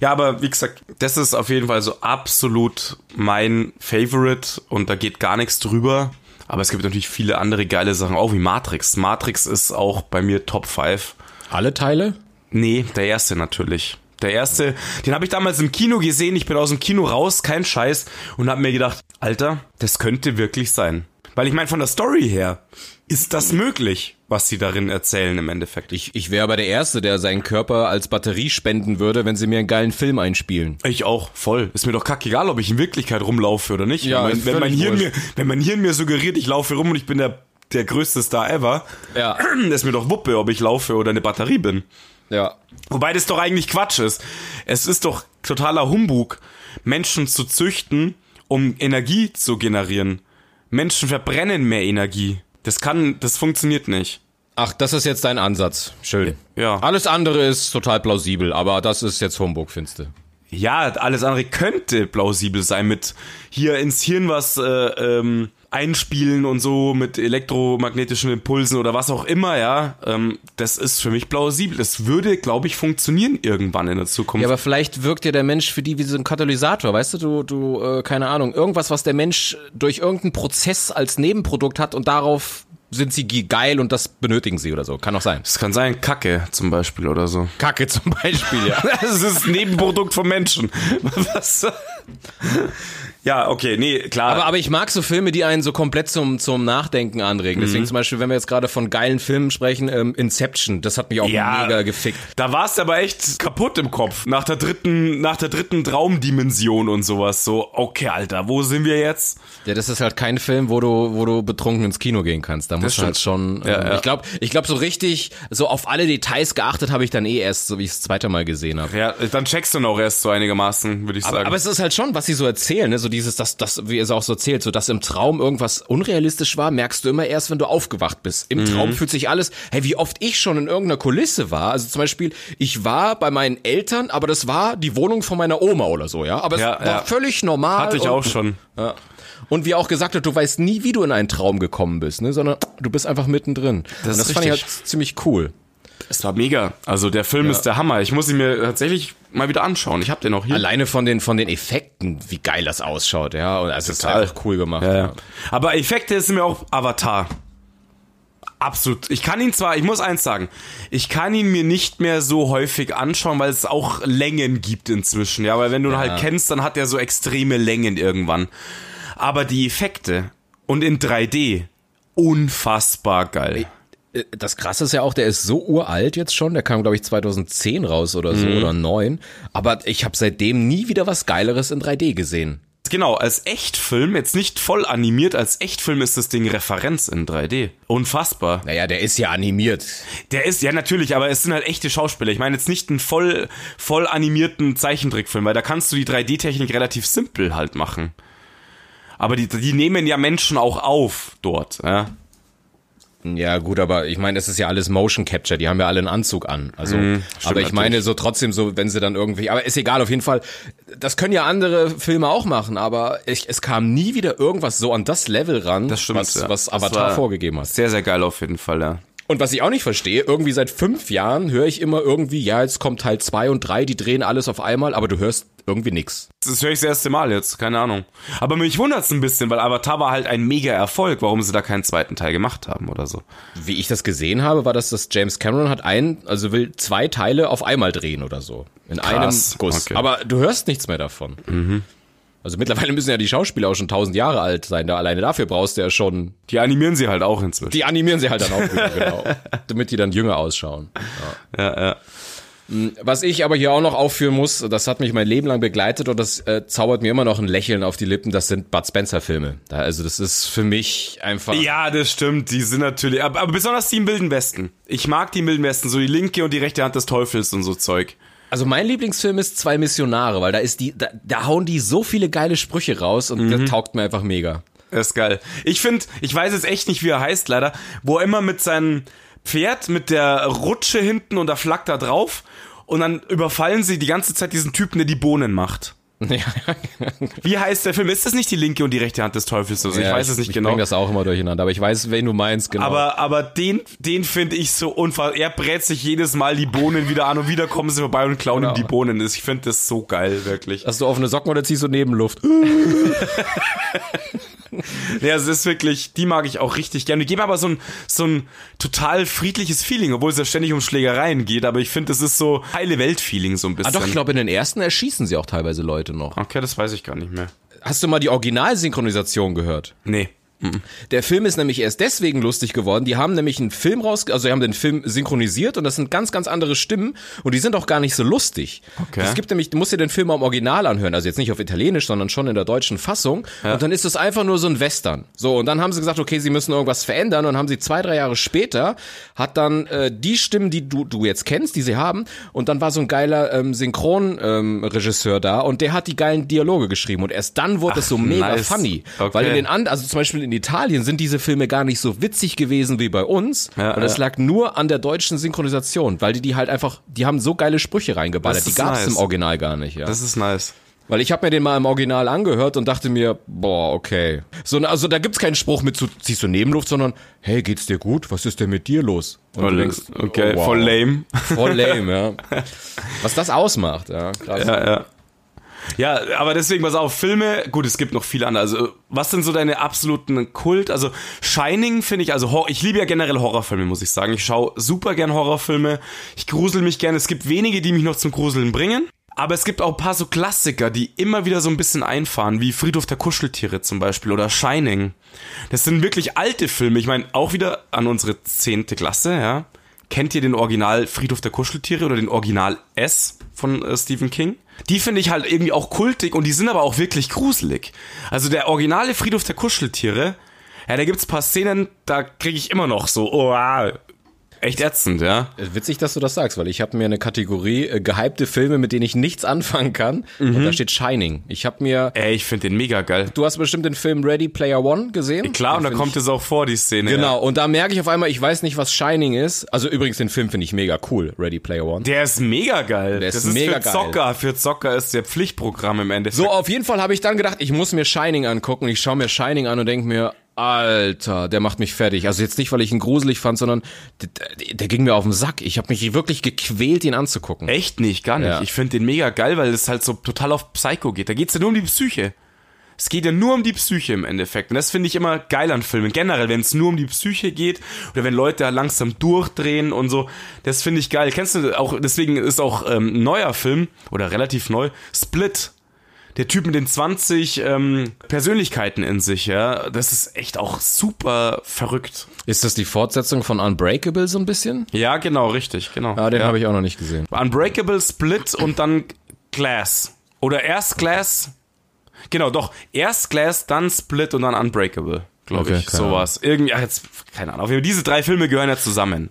A: Ja, aber wie gesagt, das ist auf jeden Fall so absolut mein Favorite und da geht gar nichts drüber. Aber es gibt natürlich viele andere geile Sachen, auch wie Matrix. Matrix ist auch bei mir Top 5.
B: Alle Teile?
A: Nee, der erste natürlich. Der erste, den habe ich damals im Kino gesehen. Ich bin aus dem Kino raus, kein Scheiß, und habe mir gedacht, Alter, das könnte wirklich sein. Weil ich meine, von der Story her ist das möglich, was sie darin erzählen im Endeffekt. Ich,
B: Ich, ich wäre aber der Erste, der seinen Körper als Batterie spenden würde, wenn sie mir einen geilen Film einspielen.
A: ich auch, voll. Ist mir doch kackegal, ob ich in Wirklichkeit rumlaufe oder nicht.
B: Ja,
A: wenn,
B: ist
A: mein, wenn, mein
B: völlig
A: Hirn mir,
B: wurscht.
A: wenn mein Hirn mir suggeriert, ich laufe rum und ich bin der, der größte Star ever,
B: Ja.
A: (clears throat) ist mir doch Wuppe, ob ich laufe oder eine Batterie bin.
B: Ja.
A: Wobei das doch eigentlich Quatsch ist. Es ist doch totaler Humbug, Menschen zu züchten, um Energie zu generieren. Menschen verbrennen mehr Energie. Das kann, das funktioniert nicht.
B: Ach, das ist jetzt dein Ansatz. Schön.
A: Ja.
B: Alles andere ist total plausibel, aber das ist jetzt Humbug, findest du.
A: Ja, alles andere könnte plausibel sein mit hier ins Hirn was äh, ähm, einspielen und so mit elektromagnetischen Impulsen oder was auch immer, ja. Ähm, das ist für mich plausibel. Das würde, glaube ich, funktionieren irgendwann in der Zukunft.
B: Ja, aber vielleicht wirkt ja der Mensch für die wie so ein Katalysator, weißt du, du, du, äh, keine Ahnung, irgendwas, was der Mensch durch irgendeinen Prozess als Nebenprodukt hat und darauf sind sie ge- geil und das benötigen sie oder so. Kann auch sein.
A: das kann sein, Kacke zum Beispiel oder so.
B: Kacke zum Beispiel, ja.
A: (laughs) Das ist ein Nebenprodukt von Menschen. Was? Ja, okay, nee, klar.
B: (laughs) Aber, aber ich mag so Filme, die einen so komplett zum, zum Nachdenken anregen. Deswegen zum Beispiel, wenn wir jetzt gerade von geilen Filmen sprechen, ähm, Inception, das hat mich auch
A: Ja.
B: mega gefickt.
A: da warst du aber echt kaputt im Kopf. Nach der dritten, nach der dritten Traumdimension und sowas. So, okay, Alter, wo sind wir jetzt?
B: Ja, das ist halt kein Film, wo du, wo du betrunken ins Kino gehen kannst. Da musst du halt schon. ähm,
A: ja.
B: Ich glaube, ich glaub, so richtig, so auf alle Details geachtet habe ich dann eh erst, so wie ich es zweite Mal gesehen habe.
A: Ja, dann checkst du noch erst so einigermaßen, würde ich sagen.
B: Aber es ist halt schon, was sie so erzählen, ne? so dieses, das, das, wie es auch so erzählt, so dass im Traum irgendwas unrealistisch war, merkst du immer erst, wenn du aufgewacht bist. Im
A: Mhm.
B: Traum fühlt sich alles, hey, wie oft ich schon in irgendeiner Kulisse war. Also zum Beispiel, ich war bei meinen Eltern, aber das war die Wohnung von meiner Oma oder so, ja. Aber es
A: Ja,
B: war
A: ja.
B: völlig normal.
A: Hatte ich
B: und-
A: auch schon.
B: Ja. Und wie er auch gesagt hat, du weißt nie, wie du in einen Traum gekommen bist, ne? sondern du bist einfach mittendrin. Das, und
A: ist
B: das fand ich halt
A: richtig.
B: ziemlich cool.
A: Es war mega. Also der Film ist der Hammer. Ich muss ihn mir tatsächlich mal wieder anschauen. Ich hab den auch hier.
B: Alleine von den, von den Effekten, wie geil das ausschaut, ja. Und also es ist einfach cool gemacht.
A: Ja,
B: ja.
A: ja. Äh, Aber Effekte ist mir auch Avatar. Absolut. Ich kann ihn zwar, ich muss eins sagen, ich kann ihn mir nicht mehr so häufig anschauen, weil es auch Längen gibt inzwischen. Ja, weil wenn du ihn halt kennst, dann hat er so extreme Längen irgendwann. Aber die Effekte und in 3D unfassbar geil.
B: Äh, Das krasse ist ja auch, der ist so uralt jetzt schon, der kam glaube ich 2010 raus oder so oder 9, aber ich habe seitdem nie wieder was geileres in 3D gesehen.
A: Genau, als Echtfilm, jetzt nicht voll animiert, als Echtfilm ist das Ding Referenz in 3D. Unfassbar.
B: Naja, der ist ja animiert.
A: Der ist, ja natürlich, aber es sind halt echte Schauspieler. Ich meine jetzt nicht einen voll, voll animierten Zeichentrickfilm, weil da kannst du die 3D-Technik relativ simpel halt machen. Aber die, die nehmen ja Menschen auch auf dort. Ja?
B: Ja, gut, aber ich meine, es ist ja alles Motion Capture, die haben ja alle einen Anzug an. Also,
A: Mhm,
B: aber ich meine so trotzdem so, wenn sie dann irgendwie, aber ist egal, auf jeden Fall, das können ja andere Filme auch machen, aber ich, es kam nie wieder irgendwas so an das Level ran,
A: Das stimmt.
B: was,
A: ja.
B: was
A: Das
B: Avatar
A: war
B: vorgegeben hat.
A: Sehr, sehr geil auf jeden Fall, ja.
B: Und was ich auch nicht verstehe, irgendwie seit fünf Jahren höre ich immer irgendwie, ja, jetzt kommt Teil zwei und drei, die drehen alles auf einmal, aber du hörst irgendwie nix.
A: Das höre ich das erste Mal jetzt, keine Ahnung. Aber mich wundert's ein bisschen, weil Avatar war halt ein mega Erfolg, warum sie da keinen zweiten Teil gemacht haben oder so.
B: Wie ich das gesehen habe, war das, dass James Cameron hat einen, also will zwei Teile auf einmal drehen oder so. In
A: Krass,
B: einem Guss.
A: okay. Mhm.
B: Aber du hörst nichts mehr davon. Also mittlerweile müssen ja die Schauspieler auch schon tausend Jahre alt sein. Da alleine dafür brauchst du ja schon.
A: Die animieren sie halt auch inzwischen.
B: Die animieren sie halt dann auch wieder,
A: (laughs)
B: genau. Damit die dann jünger ausschauen. Hm,
A: ja, ja.
B: Was ich aber hier auch noch aufführen muss, das hat mich mein Leben lang begleitet und das äh, zaubert mir immer noch ein Lächeln auf die Lippen, das sind Bud Spencer-Filme. Da- Also das ist für mich einfach.
A: ja, das stimmt, die sind natürlich, aber, aber besonders die im Wilden Westen. Ich mag die im Wilden Westen, so die linke und die rechte Hand des Teufels und so Zeug.
B: Also mein Lieblingsfilm ist Zwei Missionare, weil da ist die, da, da hauen die so viele geile Sprüche raus und
A: Mhm.
B: das taugt mir
A: (laughs)
B: einfach mega.
A: Das ist geil. Ich finde, ich weiß jetzt echt nicht, wie er heißt, leider, wo er immer mit seinem Pferd, mit der Rutsche hinten und der Flak da drauf und dann überfallen sie die ganze Zeit diesen Typen, der die Bohnen macht.
B: Ja,
A: Wie heißt der Film? Ist das nicht die linke und die rechte Hand des Teufels? Also ich weiß es nicht
B: ich
A: genau.
B: bring das auch immer durcheinander, aber ich weiß, wen du meinst, genau.
A: Aber, aber den, den finde ich so unfassbar. Er brät sich jedes Mal die Bohnen wieder an und wieder kommen sie vorbei und
B: Genau.
A: klauen ihm die Bohnen. Ich finde das so geil, wirklich.
B: Hast du offene Socken oder ziehst du Nebenluft?
A: Äh, Ja, es ist wirklich, die mag ich auch richtig gerne. Die geben aber so ein, so ein total friedliches Feeling, obwohl es ja ständig um Schlägereien geht. Aber ich finde, es ist so heile Welt-Feeling so ein bisschen.
B: Ah, doch, ich glaube, in den ersten erschießen sie auch teilweise Leute noch.
A: Okay, das weiß ich gar nicht mehr.
B: Hast du mal die Originalsynchronisation gehört?
A: Nee.
B: Der Film ist nämlich erst deswegen lustig geworden. Die haben nämlich einen Film raus, also die haben den Film synchronisiert und das sind ganz, ganz andere Stimmen und die sind auch gar nicht so lustig.
A: Okay.
B: Es gibt nämlich, du musst dir den Film am Original anhören, also jetzt nicht auf Italienisch, sondern schon in der deutschen Fassung. Und dann ist es einfach nur so ein Western. So, und dann haben sie gesagt, okay, sie müssen irgendwas verändern und haben sie zwei, drei Jahre später, hat dann äh, die Stimmen, die du, du jetzt kennst, die sie haben, und dann war so ein geiler ähm, Synchronregisseur ähm, Regisseur da und der hat die geilen Dialoge geschrieben und erst dann wurde es so mega
A: nice.
B: funny.
A: Okay.
B: Weil in den and, also zum Beispiel in Italien sind diese Filme gar nicht so witzig gewesen wie bei uns.
A: Ja,
B: und das
A: ja.
B: lag nur an der deutschen Synchronisation, weil die die halt einfach, die haben so geile Sprüche reingeballert.
A: Das
B: Die
A: ist
B: gab es
A: nice.
B: im Original gar nicht, ja.
A: Das ist nice.
B: weil ich habe mir den mal im Original angehört und dachte mir, boah, okay. So, also da gibt's keinen Spruch mit, zu, ziehst du Nebenluft, sondern, hey, geht's dir gut? Was ist denn mit dir los? Und du denkst,
A: okay,
B: oh, wow.
A: voll lame. (laughs)
B: Voll lame, ja. Was das ausmacht, ja, krass.
A: Ja, ja. Ja, aber deswegen, pass auf, Filme, gut, es gibt noch viele andere. Also, was sind so deine absoluten Kult? Also, Shining finde ich, also, Hor- ich liebe ja generell Horrorfilme, muss ich sagen. Ich schaue super gern Horrorfilme. Ich grusel mich gerne. Es gibt wenige, die mich noch zum Gruseln bringen. Aber es gibt auch ein paar so Klassiker, die immer wieder so ein bisschen einfahren, wie Friedhof der Kuscheltiere zum Beispiel oder Shining. Das sind wirklich alte Filme. Ich meine, auch wieder an unsere zehnte Klasse, ja. Kennt ihr den Original Friedhof der Kuscheltiere oder den Original S von äh, Stephen King? Die finde ich halt irgendwie auch kultig und die sind aber auch wirklich gruselig. Also der originale Friedhof der Kuscheltiere, ja, da gibt's ein paar Szenen, da kriege ich immer noch so, oh, ah, echt ätzend, ja.
B: Witzig, dass du das sagst, weil ich habe mir eine Kategorie äh, gehypte Filme, mit denen ich nichts anfangen kann. Und
A: Mhm.
B: da steht Shining. Ich habe mir,
A: Ey, ich finde den mega geil.
B: du hast bestimmt den Film Ready Player One gesehen.
A: Äh, Klar, und da
B: Den
A: kommt
B: find
A: es auch vor, die Szene.
B: ich,
A: ja.
B: Genau, und da merke ich auf einmal, ich weiß nicht, was Shining ist. Also übrigens, den Film finde ich mega cool, Ready Player One.
A: Der ist mega geil.
B: Der ist
A: das ist
B: mega
A: für
B: geil.
A: Zocker. Für Zocker ist der Pflichtprogramm im Endeffekt.
B: So, auf jeden Fall habe ich dann gedacht, ich muss mir Shining angucken. Ich schaue mir Shining an und denke mir, Alter, der macht mich fertig. Also jetzt nicht, weil ich ihn gruselig fand, sondern der, der ging mir auf den Sack. Ich habe mich wirklich gequält, ihn anzugucken.
A: Echt nicht, gar nicht.
B: Ja.
A: Ich finde den mega geil, weil es halt so total auf Psycho geht. Da geht's ja nur um die Psyche. Es geht ja nur um die Psyche im Endeffekt. Und das finde ich immer geil an Filmen. Generell, wenn es nur um die Psyche geht oder wenn Leute da langsam durchdrehen und so, das finde ich geil. Kennst du auch, deswegen ist auch ähm, ein neuer Film oder relativ neu, Split. Der Typ mit den 20 ähm, Persönlichkeiten in sich, ja. Das ist echt auch super verrückt.
B: Ist das die Fortsetzung von Unbreakable so ein bisschen?
A: Ja, genau, richtig, genau.
B: Ah, den habe ich auch noch nicht gesehen.
A: Unbreakable, Split und dann Glass. Oder erst Glass. Genau, doch. Erst Glass, dann Split und dann Unbreakable. Glaube
B: Okay,
A: ich.
B: keine
A: Sowas. Irgendwie, ach, jetzt, keine Ahnung. Auf jeden Fall, diese drei Filme gehören ja zusammen.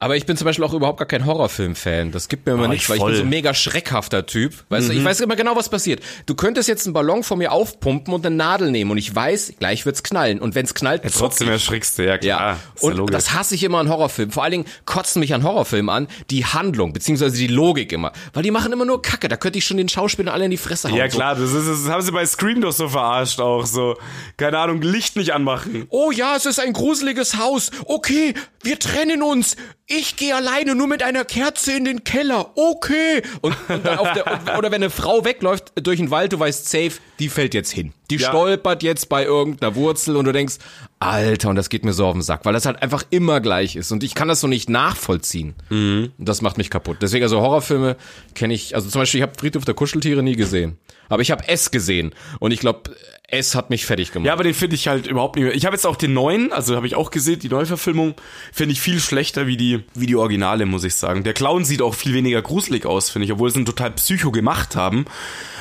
B: Aber ich bin zum Beispiel auch überhaupt gar kein Horrorfilm-Fan. Das gibt mir immer
A: Oh,
B: nichts,
A: ich
B: weil ich bin
A: voll. Mhm.
B: so ein mega schreckhafter Typ. Weißt du, ich weiß immer genau, was passiert. Du könntest jetzt einen Ballon vor mir aufpumpen und eine Nadel nehmen und ich weiß, gleich wird's knallen. Und wenn's knallt,
A: Trotzdem erschrickst du, ja
B: ja,
A: klar. Ist ja
B: und
A: logisch.
B: das hasse ich immer an Horrorfilmen. Vor allen Dingen kotzen mich an Horrorfilmen an die Handlung, beziehungsweise die Logik immer. Weil die machen immer nur Kacke. Da könnte ich schon den Schauspielern alle in die Fresse hauen.
A: ja
B: So,
A: klar, das, ist, das haben sie bei Scream doch so verarscht auch so. Keine Ahnung, Licht nicht anmachen.
B: Oh ja, es ist ein gruseliges Haus. Okay, wir trennen uns. Ich gehe alleine nur mit einer Kerze in den Keller. Okay. Und, und dann auf der, und- oder wenn eine Frau wegläuft durch den Wald, du weißt safe, die fällt jetzt hin. Die
A: Ja.
B: stolpert jetzt bei irgendeiner Wurzel und du denkst, Alter, und das geht mir so auf den Sack, weil das halt einfach immer gleich ist und ich kann das so nicht nachvollziehen. Und Das macht mich kaputt. Deswegen also Horrorfilme kenne ich, also zum Beispiel ich habe Friedhof der Kuscheltiere nie gesehen, aber ich habe S gesehen und ich glaube, S hat mich fertig gemacht.
A: Ja, aber den finde ich halt überhaupt nicht mehr. Ich habe jetzt auch den neuen, also habe ich auch gesehen, die Neuverfilmung finde ich viel schlechter wie die, wie die Originale, muss ich sagen. Der Clown sieht auch viel weniger gruselig aus, finde ich, obwohl sie ihn total psycho gemacht haben.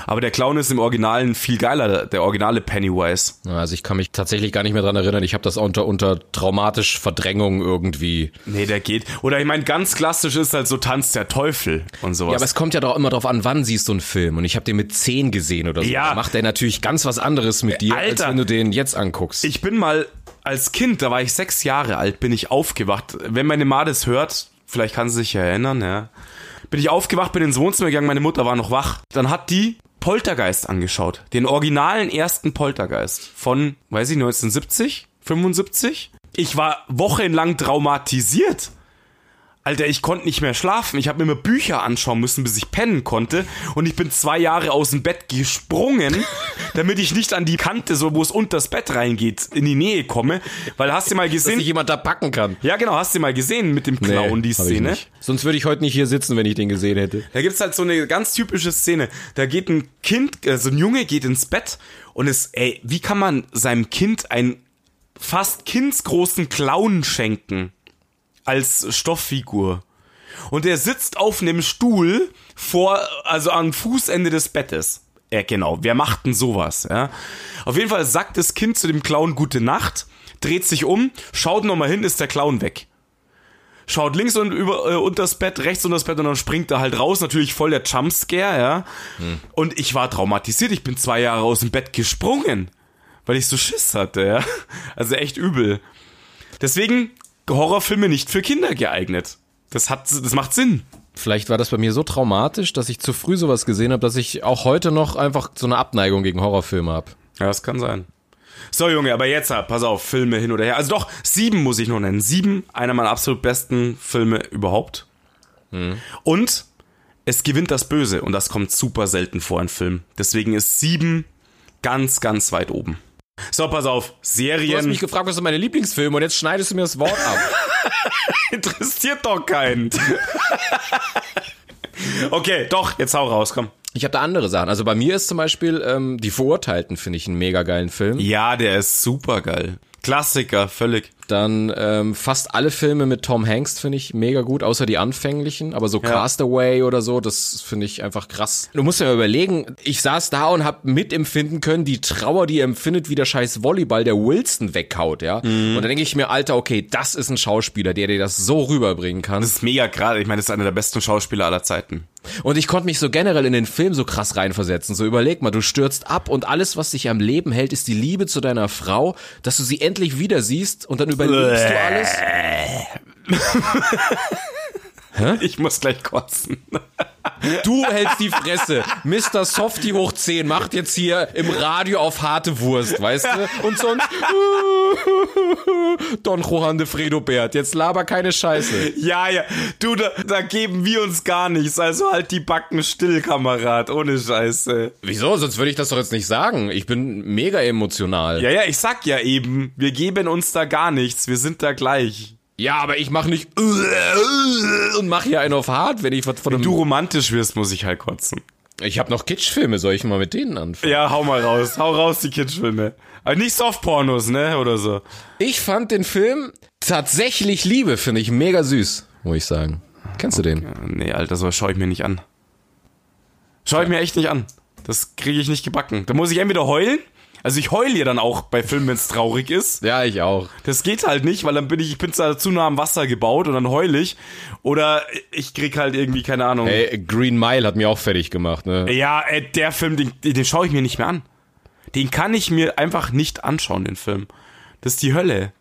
A: Aber der Clown ist im Originalen viel geiler, der, der originale Pennywise.
B: Na, Also ich kann mich tatsächlich gar nicht mehr dran erinnern. Ich habe das unter, unter traumatisch Verdrängung irgendwie.
A: Nee, der geht. Oder ich meine, ganz klassisch ist halt so Tanz der Teufel und sowas.
B: Ja, aber es kommt ja doch immer drauf an, wann siehst du einen Film. Und ich habe den mit 10 gesehen oder so.
A: Ja.
B: Da macht der natürlich ganz was anderes mit dir, als
A: Alter.
B: wenn du den jetzt anguckst.
A: Ich bin mal als Kind, da war ich sechs Jahre alt, bin ich aufgewacht. Wenn meine Ma das hört, vielleicht kann sie sich erinnern, ja. Bin ich aufgewacht, bin ins Wohnzimmer gegangen, meine Mutter war noch wach. Dann hat die Poltergeist angeschaut. Den originalen ersten Poltergeist von, weiß ich, 1970, 75. Ich war wochenlang traumatisiert. Alter, ich konnte nicht mehr schlafen. Ich habe mir immer Bücher anschauen müssen, bis ich pennen konnte. Und ich bin zwei Jahre aus dem Bett
B: (laughs)
A: gesprungen, damit ich nicht an die Kante, so wo es unter das Bett reingeht, in die Nähe komme. Weil hast du mal
B: dass
A: gesehen?
B: nicht jemand da packen kann.
A: Ja, genau, hast du mal gesehen mit dem Clown Genau, die
B: hab ich
A: Szene?
B: nicht. Sonst würde ich heute nicht hier sitzen, wenn ich den gesehen hätte.
A: Da gibt's halt so eine ganz typische Szene. Da geht ein Kind, äh, so ein Junge geht ins Bett und ist, ey, wie kann man seinem Kind einen fast kindsgroßen Clown schenken? Als Stofffigur. Und der sitzt auf einem Stuhl vor, also am Fußende des Bettes. Ja, genau. Wer macht denn sowas, ja? Auf jeden Fall sagt das Kind zu dem Clown Gute Nacht, dreht sich um, schaut nochmal hin, ist der Clown weg schaut links und über äh, unters Bett, rechts unters Bett und dann springt er halt raus, natürlich voll der Jumpscare, ja. Und ich war traumatisiert, ich bin zwei Jahre aus dem Bett gesprungen, weil ich so Schiss hatte, ja. (laughs) Also echt übel. Deswegen Horrorfilme nicht für Kinder geeignet. Das hat das macht Sinn.
B: Vielleicht war das bei mir so traumatisch, dass ich zu früh sowas gesehen habe, dass ich auch heute noch einfach so eine Abneigung gegen Horrorfilme habe.
A: Ja, das kann sein. So, Junge, aber jetzt, halt, pass auf, Filme hin oder her. Also doch, sieben muss ich noch nennen. Sieben, einer meiner absolut besten Filme überhaupt. Hm. Und es gewinnt das Böse und das kommt super selten vor in Filmen. Deswegen ist sieben ganz, ganz weit oben. So, pass auf,
B: Du hast
A: Serien
B: mich gefragt, was sind meine Lieblingsfilme und jetzt schneidest du mir das Wort ab.
A: interessiert doch keinen. (laughs) okay, doch, jetzt hau raus, komm.
B: Ich habe da andere Sachen. Also bei mir ist zum Beispiel ähm, Die Verurteilten, finde ich einen mega geilen Film.
A: Ja, der ist super geil. Klassiker, völlig.
B: Dann ähm, fast alle Filme mit Tom Hanks finde ich mega gut, außer die anfänglichen. Aber so Castaway oder so, das finde ich einfach krass. Du musst dir mal überlegen, ich saß da und habe mitempfinden können, die Trauer, die er empfindet, wie der scheiß Volleyball der Wilson weghaut, ja. Und dann denke ich mir, Alter, okay, das ist ein Schauspieler, der dir das so rüberbringen kann.
A: Das ist mega gerade. Ich meine, das ist einer der besten Schauspieler aller Zeiten.
B: Und ich konnte mich so generell in den Film so krass reinversetzen. So überleg mal, du stürzt ab und alles, was dich am Leben hält, ist die Liebe zu deiner Frau, dass du sie endlich wieder siehst und dann überlebst du alles.
A: (laughs) Ich muss gleich kotzen.
B: Du hältst die Fresse. Mr. Softy hoch 10 macht jetzt hier im Radio auf harte Wurst, weißt du? Und sonst (laughs) Don Juan de Fredo Bert. Jetzt laber keine Scheiße.
A: Ja, ja. Du, da, da geben wir uns gar nichts. Also halt die Backen still, Kamerad. Ohne Scheiße.
B: Wieso? Sonst würde ich das doch jetzt nicht sagen. Ich bin mega emotional.
A: Ja, ja, ich sag ja eben, wir geben uns da gar nichts. Wir sind da gleich.
B: Ja, aber ich mach nicht (laughs) und mach hier einen auf hart, wenn ich was von einem
A: Du romantisch wirst, muss ich halt kotzen.
B: Ich habe noch Kitschfilme, soll ich mal mit denen anfangen?
A: Ja, hau mal raus. Hau raus, die Kitschfilme. Aber nicht Softpornos, ne? Oder so.
B: Ich fand den Film tatsächlich Liebe, finde ich mega süß, muss ich sagen. Kennst du den?
A: Nee, Alter, sowas schaue ich mir nicht an. Schau ich mir echt nicht an. Das kriege ich nicht gebacken. Da muss ich entweder heulen Also ich heule ja dann auch bei Filmen, wenn es traurig ist.
B: Ja, ich auch.
A: Das geht halt nicht, weil dann bin ich, ich bin zwar zu nah am Wasser gebaut und dann heul ich. Oder ich krieg halt irgendwie, keine Ahnung.
B: Ey, Green Mile hat mir auch fertig gemacht, ne?
A: Ja, äh, der Film, den, den schaue ich mir nicht mehr an. Den kann ich mir einfach nicht anschauen, den Film. Das ist die Hölle.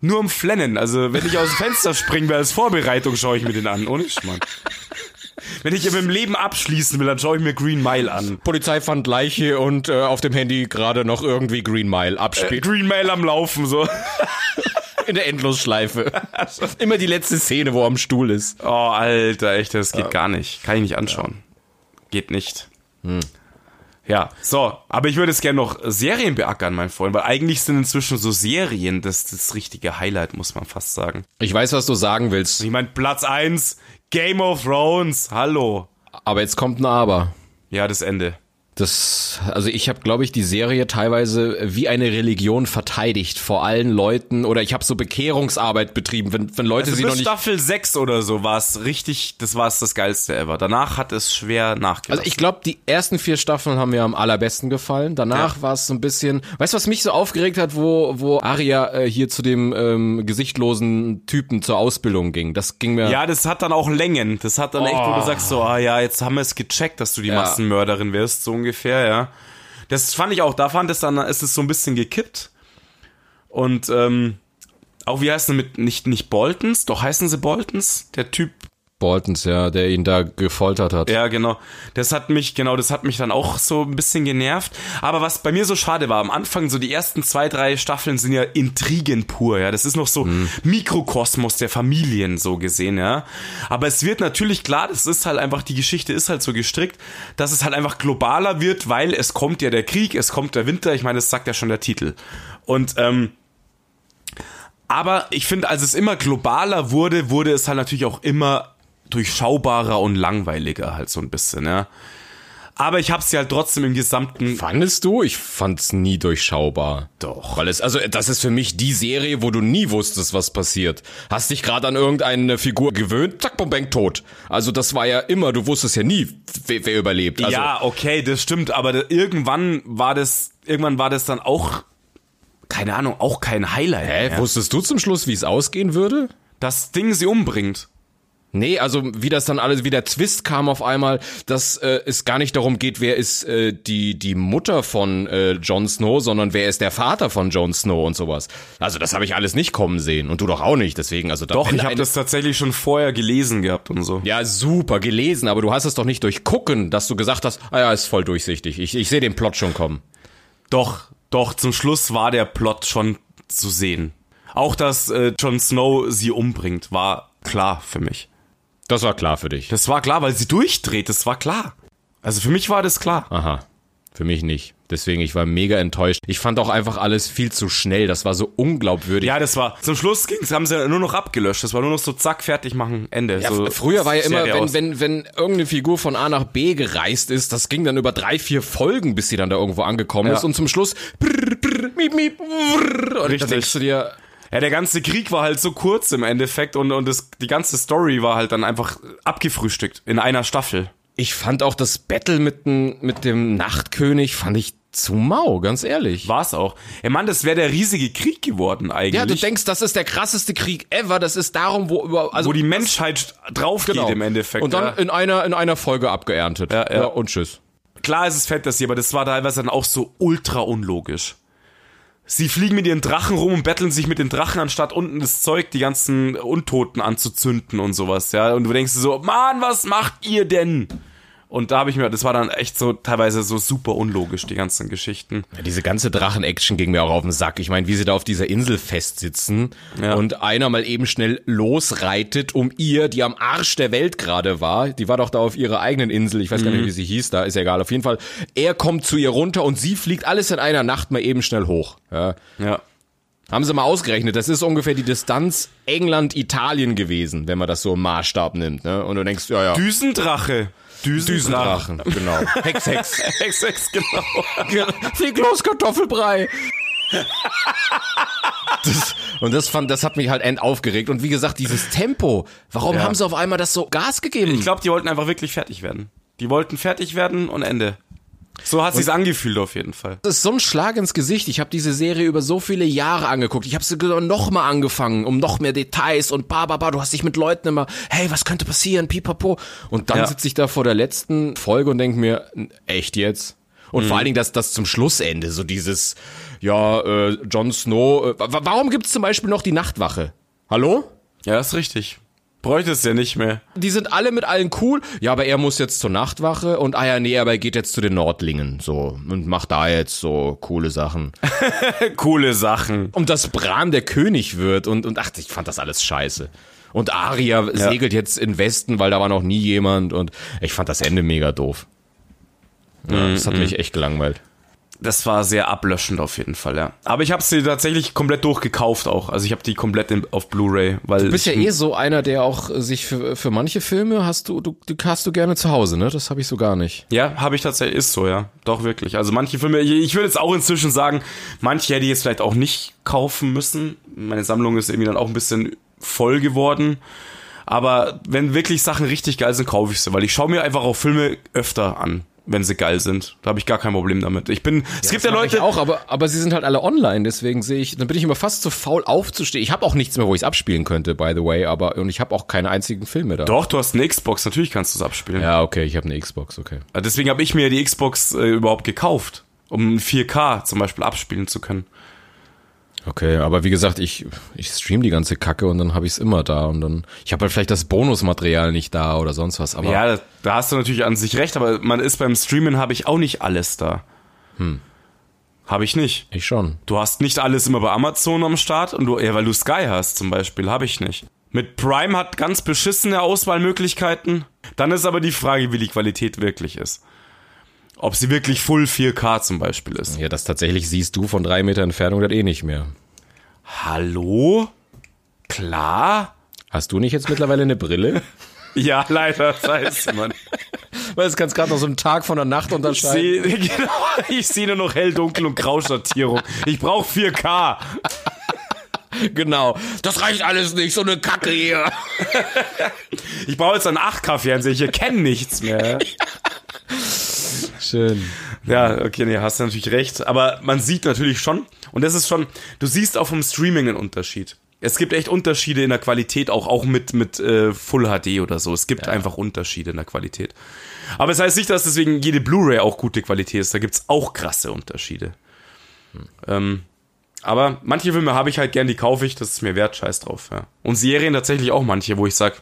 A: Nur um Flennen. Also, wenn ich aus dem Fenster springen will als Vorbereitung, schaue ich mir den an. Ohne Schmarrn. Wenn ich mit dem Leben abschließen will, dann schaue ich mir Green Mile an.
B: Polizei fand Leiche und äh, auf dem Handy gerade noch irgendwie Green Mile abspielt.
A: Green Mile am Laufen, so.
B: (laughs) In der (laughs) Endlosschleife. Immer die letzte Szene, wo er am Stuhl ist.
A: Oh, Alter, echt, das geht gar nicht. Kann ich nicht anschauen. Geht nicht.
B: Hm.
A: Ja, so. Aber ich würde es gerne noch Serien beackern, mein Freund, weil eigentlich sind inzwischen so Serien das, das richtige Highlight, muss man fast sagen.
B: Ich weiß, was du sagen willst,
A: Ich meine, Platz 1, Game of Thrones, hallo.
B: aber jetzt kommt ein Aber.
A: Ja, das Ende.
B: Das, also ich habe, glaube ich, die Serie teilweise wie eine Religion verteidigt vor allen Leuten oder ich habe so Bekehrungsarbeit betrieben, wenn, wenn Leute
A: Also
B: sie noch
A: bis
B: nicht.
A: Staffel 6 oder so war es richtig, das war es das Geilste ever. Danach hat es schwer nachgelassen.
B: Also ich glaube, die ersten vier Staffeln haben mir am allerbesten gefallen. Danach war es so ein bisschen. Weißt du, was mich so aufgeregt hat, wo wo Aria äh, hier zu dem ähm, gesichtlosen Typen zur Ausbildung ging? Das ging mir.
A: ja, das hat dann auch Längen. Das hat dann echt, wo du sagst so, ah ja, jetzt haben wir es gecheckt, dass du die Massenmörderin wirst, so ungefähr, ja. Das fand ich auch, da fand es dann, ist es so ein bisschen gekippt. Und, ähm, auch wie heißen sie mit, nicht, nicht Boltons, doch heißen sie Boltons? Der Typ,
B: Boltons, ja, der ihn da gefoltert hat.
A: Ja, genau. Das hat mich, genau, das hat mich dann auch so ein bisschen genervt. Aber was bei mir so schade war, am Anfang, so die ersten zwei, drei Staffeln sind ja Intrigen pur, ja. Das ist noch so Mikrokosmos der Familien, so gesehen, ja. Aber es wird natürlich klar, das ist halt einfach, die Geschichte ist halt so gestrickt, dass es halt einfach globaler wird, weil es kommt ja der Krieg, es kommt der Winter, ich meine, das sagt ja schon der Titel. Und, ähm, aber ich finde, als es immer globaler wurde, wurde es halt natürlich auch immer durchschaubarer und langweiliger halt so ein bisschen, ja. Aber ich hab's ja halt trotzdem im gesamten
B: Fandest du? Ich fand's nie durchschaubar. Doch. Weil es, also das ist für mich die Serie, wo du nie wusstest, was passiert. Hast dich gerade an irgendeine Figur gewöhnt, zack, bom, bang, tot. Also das war ja immer, du wusstest ja nie, wer, wer überlebt. Also,
A: Ja, okay, das stimmt, aber da, irgendwann war das irgendwann war das dann auch keine Ahnung, auch kein Highlight.
B: Hä,
A: mehr.
B: wusstest du zum Schluss, wie es ausgehen würde?
A: Das Ding sie umbringt.
B: Nee, also wie das dann alles, wie der Twist kam auf einmal, dass äh, es gar nicht darum geht, wer ist äh, die, die Mutter von äh, Jon Snow, sondern wer ist der Vater von Jon Snow und sowas. Also das habe ich alles nicht kommen sehen und du doch auch nicht, deswegen also da-
A: Doch,
B: wenn
A: ich habe
B: ein-
A: das tatsächlich schon vorher gelesen gehabt und so.
B: Ja, super gelesen, aber du hast es doch nicht durch gucken, dass du gesagt hast, ah ja, ist voll durchsichtig. Ich, ich sehe den Plot schon kommen.
A: Doch, doch, zum Schluss war der Plot schon zu sehen. Auch dass äh, Jon Snow sie umbringt, war klar für mich.
B: Das war klar für dich.
A: Das war klar, weil sie durchdreht, das war klar. Also für mich war das klar.
B: Aha. Für mich nicht. Deswegen, ich war mega enttäuscht. Ich fand auch einfach alles viel zu schnell. Das war so unglaubwürdig.
A: Ja, das war. Zum Schluss ging's, haben sie nur noch abgelöscht. Das war nur noch so zack, fertig machen, Ende.
B: Ja,
A: so,
B: fr- früher war ja immer,
A: Serie
B: wenn,
A: aus.
B: wenn, wenn irgendeine Figur von A nach B gereist ist, das ging dann über drei, vier Folgen, bis sie dann da irgendwo angekommen
A: Ja.
B: ist und zum Schluss brr, brr, miep, miep, brr, und
A: Richtig.
B: dann denkst du dir,
A: Ja, der ganze Krieg war halt so kurz im Endeffekt und, und das, die ganze Story war halt dann einfach abgefrühstückt in einer Staffel.
B: ich fand auch das Battle mit, dem- mit dem Nachtkönig, fand ich zu mau, ganz ehrlich.
A: War's auch. Ey Mann, das wäre der riesige Krieg geworden eigentlich.
B: Ja, du denkst, das ist der krasseste Krieg ever, das ist darum, wo über, also, genau.
A: wo die Menschheit drauf geht im Endeffekt.
B: Und dann
A: ja.
B: in einer, in einer Folge abgeerntet.
A: Ja, ja.
B: und tschüss.
A: Klar ist es Fantasy, aber das war teilweise dann auch so ultra unlogisch. Sie fliegen mit ihren Drachen rum und betteln sich mit den Drachen, anstatt unten das Zeug, die ganzen Untoten anzuzünden und sowas, ja. Und du denkst dir so, Mann, was macht ihr denn? Und da habe ich mir, das war dann echt so teilweise so super unlogisch, die ganzen Geschichten.
B: Ja, Diese ganze Drachen-Action ging mir auch auf den Sack. Ich meine, wie sie da auf dieser Insel festsitzen und einer mal eben schnell losreitet, um ihr, die am Arsch der Welt gerade war, die war doch da auf ihrer eigenen Insel, ich weiß gar
A: Mhm.
B: nicht, wie sie hieß, da ist ja egal. Auf jeden Fall, er kommt zu ihr runter und sie fliegt alles in einer Nacht mal eben schnell hoch. Ja.
A: Ja.
B: Haben sie mal ausgerechnet, das ist ungefähr die Distanz England-Italien gewesen, wenn man das so im Maßstab nimmt. Ne? Und du denkst, ja, ja.
A: Düsendrache. Düsendrache. (laughs)
B: Drachen, genau. (laughs) Hex, Hex.
A: Hex, Hex, genau.
B: Flieg los, Kartoffelbrei. Das, und das fand, das hat mich halt end aufgeregt. Und wie gesagt, dieses Tempo. Warum haben sie auf einmal das so Gas gegeben?
A: Ich glaube, die wollten einfach wirklich fertig werden. Die wollten fertig werden und Ende. So hat sich's angefühlt auf jeden Fall.
B: Das ist so ein Schlag ins Gesicht. Ich habe diese Serie über so viele Jahre angeguckt. Ich habe sie genau noch mal angefangen, um noch mehr Details und ba ba ba. Du hast dich mit Leuten immer, hey, was könnte passieren, pipapo. Und dann
A: Ja.
B: sitze ich da vor der letzten Folge und denk mir, echt jetzt? Und vor allen Dingen das, das zum Schlussende, so dieses, ja, äh, Jon Snow. Äh, wa- wa- warum gibt's zum Beispiel noch die Nachtwache? Hallo?
A: Ja, ist richtig. Bräuchte es ja nicht mehr.
B: Die sind alle mit allen cool. Ja, aber er muss jetzt zur Nachtwache und ah ja, nee, aber er geht jetzt zu den Nordlingen so und macht da jetzt so coole Sachen.
A: Coole Sachen.
B: um dass Bran der König wird und, und ach, ich fand das alles scheiße. Und Aria segelt jetzt in Westen, weil da war noch nie jemand und ich fand das Ende mega doof. Ja, das hat mich echt gelangweilt.
A: Das war sehr ablöschend auf jeden Fall, ja. Aber ich habe sie tatsächlich komplett durchgekauft auch. Also ich habe die komplett in, auf Blu-ray, weil
B: Du bist ja
A: ich,
B: eh so einer, der auch äh, sich für, für manche Filme hast du, du, du hast du gerne zu Hause, ne? Das habe ich so gar nicht.
A: Ja, habe ich tatsächlich, ist so, ja. Doch, wirklich. Also manche Filme, ich, ich würde jetzt auch inzwischen sagen, manche hätte ich jetzt vielleicht auch nicht kaufen müssen. Meine Sammlung ist irgendwie dann auch ein bisschen voll geworden. Aber wenn wirklich Sachen richtig geil sind, kaufe ich sie, weil ich schaue mir einfach auch Filme öfter an, wenn sie geil sind. Da habe ich gar kein Problem damit. Ich bin, es gibt ja
B: Mach
A: Leute,
B: ich auch, aber, aber sie sind halt alle online, deswegen sehe ich, dann bin ich immer fast zu faul aufzustehen. Ich habe auch nichts mehr, wo ich es abspielen könnte, by the way, aber und ich habe auch keine einzigen Filme da.
A: doch, du hast eine Xbox, natürlich kannst du es abspielen.
B: Ja, okay, ich habe eine Xbox, okay.
A: Deswegen habe ich mir die Xbox äh, überhaupt gekauft, um 4K zum Beispiel abspielen zu können.
B: Okay, aber wie gesagt, ich, ich stream die ganze Kacke und dann habe ich's immer da und dann ich habe halt vielleicht das Bonusmaterial nicht da oder sonst was, aber
A: Ja, da- da hast du natürlich an sich recht, aber man ist beim Streamen habe ich auch nicht alles da. Hm. Habe ich nicht.
B: ich schon.
A: Du hast nicht alles immer bei Amazon am Start und du, ja, weil du Sky hast zum Beispiel, habe ich nicht. Mit Prime hat ganz beschissene Auswahlmöglichkeiten. Dann ist aber die Frage, wie die Qualität wirklich ist. Ob sie wirklich Full 4K zum Beispiel ist.
B: Ja, das tatsächlich siehst du von drei Meter Entfernung das eh nicht mehr.
A: Hallo? Klar?
B: Hast du nicht jetzt mittlerweile eine Brille?
A: Ja, leider, scheiße, Mann.
B: (laughs) Weil es kannst gerade noch so einen Tag von der Nacht
A: Ich
B: unterscheiden.
A: sehe (laughs) genau, ich sehe nur noch hell, dunkel und Grauschattierung. Ich brauche 4K.
B: Genau. Das reicht alles nicht, so eine Kacke hier.
A: Ich brauche jetzt einen 8K-Fernseher, ich erkenne nichts mehr.
B: Schön.
A: Ja, okay, nee, hast du natürlich recht. Aber man sieht natürlich schon, und das ist schon, du siehst auch vom Streaming einen Unterschied. Es gibt echt Unterschiede in der Qualität, auch, auch mit, mit äh, Full HD oder so. Es gibt einfach Unterschiede in der Qualität. Aber es heißt nicht, dass deswegen jede Blu-ray auch gute Qualität ist. Da gibt's auch krasse Unterschiede. Ähm, aber manche Filme habe ich halt gern, die kaufe ich, das ist mir wert, scheiß drauf. Ja. Und Serien tatsächlich auch manche, wo ich sag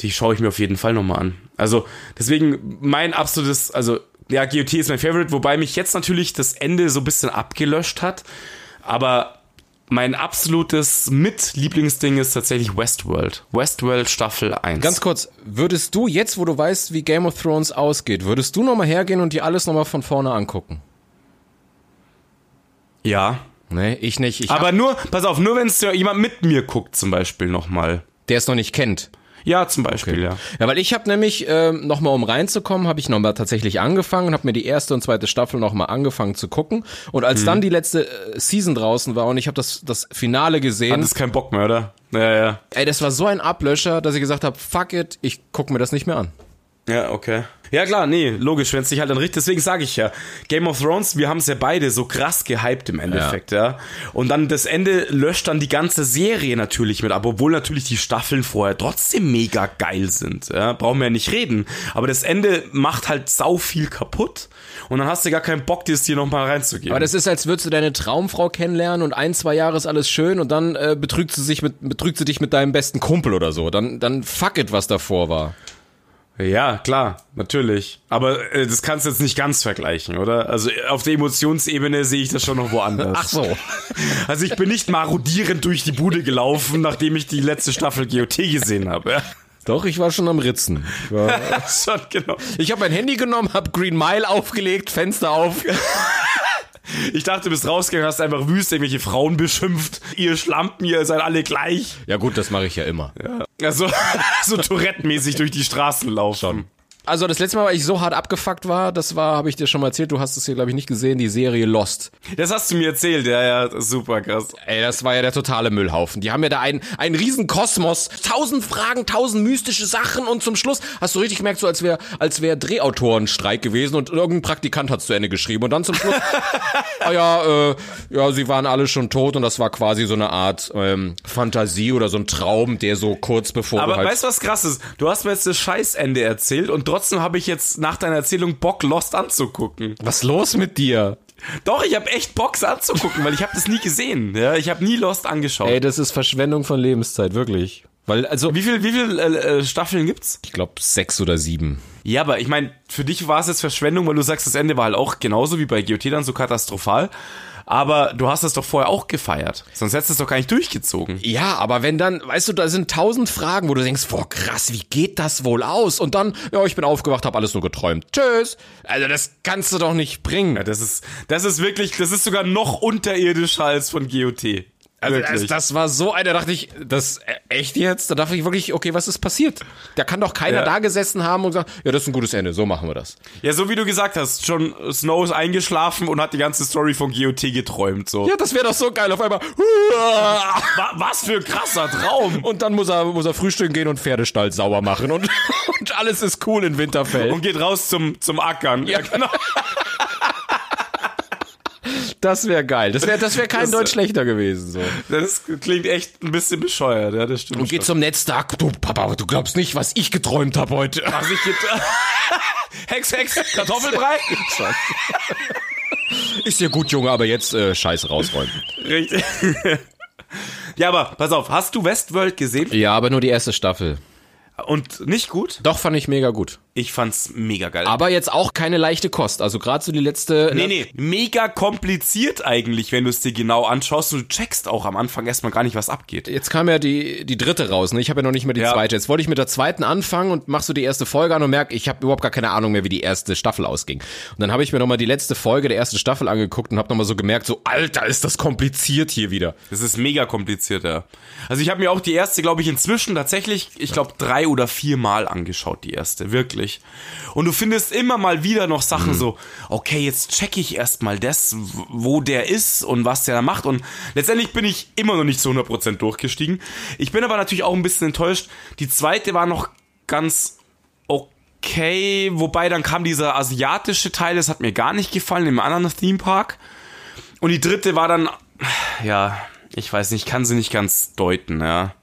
A: die schaue ich mir auf jeden Fall nochmal an. Also deswegen mein absolutes, also ja, GOT ist mein Favorite, wobei mich jetzt natürlich das Ende so ein bisschen abgelöscht hat. Aber mein absolutes Mit-Lieblingsding ist tatsächlich Westworld. Westworld Staffel 1.
B: Ganz kurz, würdest du jetzt, wo du weißt, wie Game of Thrones ausgeht, würdest du nochmal hergehen und dir alles nochmal von vorne angucken?
A: ja.
B: Nee, Ne, ich nicht. Ich
A: Aber nur, pass auf, nur wenn es ja jemand mit mir guckt, zum Beispiel nochmal.
B: der es noch nicht kennt.
A: Ja, zum Beispiel, ja.
B: Ja, weil ich habe nämlich ähm, nochmal, um reinzukommen, habe ich nochmal tatsächlich angefangen und habe mir die erste und zweite Staffel nochmal angefangen zu gucken. Und als
A: Mhm.
B: dann die letzte äh, Season draußen war und ich habe das, das Finale gesehen,
A: Das ist kein Bock mehr, oder? Ja, ja.
B: ey, das war so ein Ablöscher, dass ich gesagt habe, fuck it, ich guck mir das nicht mehr an.
A: Ja, okay. Ja, klar, nee, logisch, wenn es dich halt dann richtig, deswegen sage ich ja, Game of Thrones, wir haben es ja beide so krass gehypt im Endeffekt, ja. Und dann das Ende löscht dann die ganze Serie natürlich mit ab, obwohl natürlich die Staffeln vorher trotzdem mega geil sind, ja. Brauchen wir ja nicht reden. Aber das Ende macht halt sau viel kaputt und dann hast du gar keinen Bock, dir es dir nochmal reinzugeben.
B: Aber das ist, als würdest du deine Traumfrau kennenlernen und ein, zwei Jahre ist alles schön und dann äh, betrügt sie sich mit, betrügt sie dich mit deinem besten Kumpel oder so. Dann, dann fuck it, was davor war.
A: Ja, klar, natürlich. Aber äh, das kannst du jetzt nicht ganz vergleichen, oder? Also äh, auf der Emotionsebene sehe ich das schon noch woanders.
B: Ach so.
A: (laughs) Also ich bin nicht marodierend durch die Bude gelaufen, nachdem ich die letzte Staffel GOT gesehen habe. Ja,
B: Doch, ich war schon am Ritzen. Ich war
A: (laughs) schon genau.
B: Ich habe mein Handy genommen, habe Green Mile aufgelegt, Fenster auf.
A: Ich dachte, du bist rausgegangen, hast einfach wüst irgendwelche Frauen beschimpft. Ihr Schlampen, ihr seid alle gleich. (laughs)
B: Ja gut, das mache ich ja immer.
A: Also so Tourette-mäßig durch die Straßen laufen.
B: Also das letzte Mal, weil ich so hart abgefuckt war, das war, habe ich dir schon mal erzählt, du hast es hier, glaube ich, nicht gesehen, die Serie Lost.
A: Das hast du mir erzählt, ja, ja, das ist super krass.
B: Ey, das war ja der totale Müllhaufen. Die haben ja da einen, einen riesen Kosmos, tausend Fragen, tausend mystische Sachen und zum Schluss hast du richtig gemerkt, so als wäre als wär Drehautorenstreik gewesen und irgendein Praktikant hat's zu Ende geschrieben und dann zum Schluss, ah ja, äh, ja, sie waren alle schon tot und das war quasi so eine Art ähm, Fantasie oder so ein Traum, der so kurz bevor
A: Aber
B: du halt
A: weißt du, was krass ist? Du hast mir jetzt das Scheißende erzählt und trotzdem habe ich jetzt nach deiner Erzählung Bock, Lost anzugucken.
B: was ist los mit dir?
A: Doch, ich habe echt Bock, es anzugucken, weil ich habe das nie gesehen. Ja, ich habe nie Lost angeschaut.
B: Ey, das ist Verschwendung von Lebenszeit, wirklich. Weil, also,
A: Wie viel, wie viel äh, äh, Staffeln gibt's?
B: ich glaube, sechs oder sieben.
A: Ja, aber ich meine, für dich war es jetzt Verschwendung, weil du sagst, das Ende war halt auch genauso wie bei GOT dann so katastrophal. Aber du hast es doch vorher auch gefeiert. Sonst hättest du es doch gar nicht durchgezogen.
B: Ja, aber wenn dann, weißt du, da sind tausend Fragen, wo du denkst, boah, krass, wie geht das wohl aus? Und dann, ja, ich bin aufgewacht, hab alles nur geträumt. Tschüss. Also das kannst du doch nicht bringen.
A: Das ist, das ist wirklich, das ist sogar noch unterirdischer als von GOT.
B: Also das,
A: wirklich.
B: das war so einer, da dachte ich, das äh, echt jetzt? Da dachte ich wirklich, okay, was ist passiert? Da kann doch keiner
A: Ja.
B: da gesessen haben und gesagt, ja, das ist ein gutes Ende, so machen wir das.
A: ja, so wie du gesagt hast, schon Snow ist eingeschlafen und hat die ganze Story von GOT geträumt. So.
B: Ja, das wäre doch so geil, auf einmal. (laughs)
A: Wa- Was für ein krasser Traum.
B: Und dann muss er, muss er frühstücken gehen und Pferdestall sauber machen und, (laughs) und alles ist cool in Winterfell.
A: Und geht raus zum, zum Ackern. Ja, genau.
B: das wäre geil. Das wäre das äh, wär kein
A: Das-
B: Deutsch schlechter gewesen. So.
A: Das klingt echt ein bisschen bescheuert, ja, das stimmt.
B: Und geht zum Netztag. Du, Papa, du glaubst nicht, was ich geträumt habe heute.
A: Was ich get
B: (laughs)
A: Hex, Hex, Kartoffelbrei?
B: Ist ja gut, Junge, aber jetzt äh, Scheiße rausräumen.
A: Richtig. ja, aber pass auf, hast du Westworld gesehen?
B: Ja, aber nur die erste Staffel.
A: Und nicht gut?
B: Doch, fand ich mega gut.
A: Ich fand's mega geil.
B: Aber jetzt auch keine leichte Kost. Also gerade so die letzte.
A: Nee, nee, mega kompliziert eigentlich, wenn du es dir genau anschaust und du checkst auch am Anfang erstmal gar nicht, was abgeht.
B: Jetzt kam ja die, die dritte raus, ne? Ich habe ja noch nicht mehr die
A: Ja.
B: zweite. Jetzt wollte ich mit der zweiten anfangen und mach so die erste Folge an und merk, ich habe überhaupt gar keine Ahnung mehr, wie die erste Staffel ausging. Und dann habe ich mir nochmal die letzte Folge der ersten Staffel angeguckt und habe nochmal so gemerkt, so, Alter, ist das kompliziert hier wieder.
A: Das ist mega kompliziert, ja. Also ich habe mir auch die erste, glaube ich, inzwischen tatsächlich, ich glaube, drei oder vier Mal angeschaut, die erste, wirklich. Und du findest immer mal wieder noch Sachen so, okay, jetzt checke ich erstmal das, w- wo der ist und was der da macht. Und letztendlich bin ich immer noch nicht zu 100% durchgestiegen. Ich bin aber natürlich auch ein bisschen enttäuscht. Die zweite war noch ganz okay, wobei dann kam dieser asiatische Teil, das hat mir gar nicht gefallen, im anderen Theme Park. Und die dritte war dann, ja, ich weiß nicht, ich kann sie nicht ganz deuten, ja.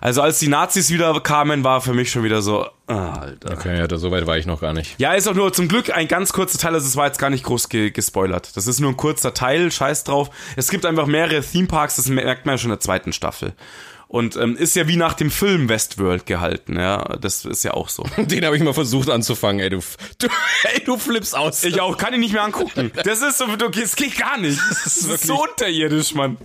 A: Also als die Nazis wieder kamen, war für mich schon wieder so, ah, Alter.
B: Okay, ja, da, so weit war ich noch gar nicht.
A: Ja, ist auch nur zum Glück ein ganz kurzer Teil, also es war jetzt gar nicht groß ge gespoilert. Das ist nur ein kurzer Teil, scheiß drauf. Es gibt einfach mehrere Theme Parks, das merkt man ja schon in der zweiten Staffel. Und ähm, ist ja wie nach dem Film Westworld gehalten, ja. Das ist ja auch so.
B: (laughs) Den habe ich mal versucht anzufangen, ey, du, f- (laughs) du, ey, du flippst
A: (laughs)
B: aus.
A: Ich auch, kann ihn nicht mehr angucken. Das ist so, du- das geht gar nicht. Das ist
B: wirklich-
A: so unterirdisch, Mann.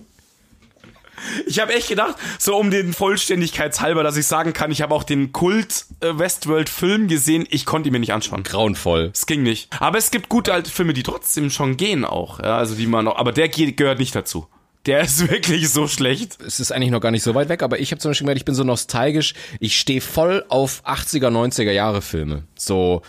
A: Ich habe echt gedacht, so um den Vollständigkeitshalber, dass ich sagen kann, ich habe auch den Kult äh, Westworld Film gesehen, ich konnte ihn mir nicht anschauen.
B: grauenvoll.
A: Es ging nicht. Aber es gibt gute alte Filme, die trotzdem schon gehen auch, ja, also die man noch, aber der geht, gehört nicht dazu. Der ist (laughs) wirklich so schlecht.
B: Es ist eigentlich noch gar nicht so weit weg, aber ich habe zum Beispiel gemerkt, ich bin so nostalgisch. Ich stehe voll auf 80er, 90er Jahre Filme. So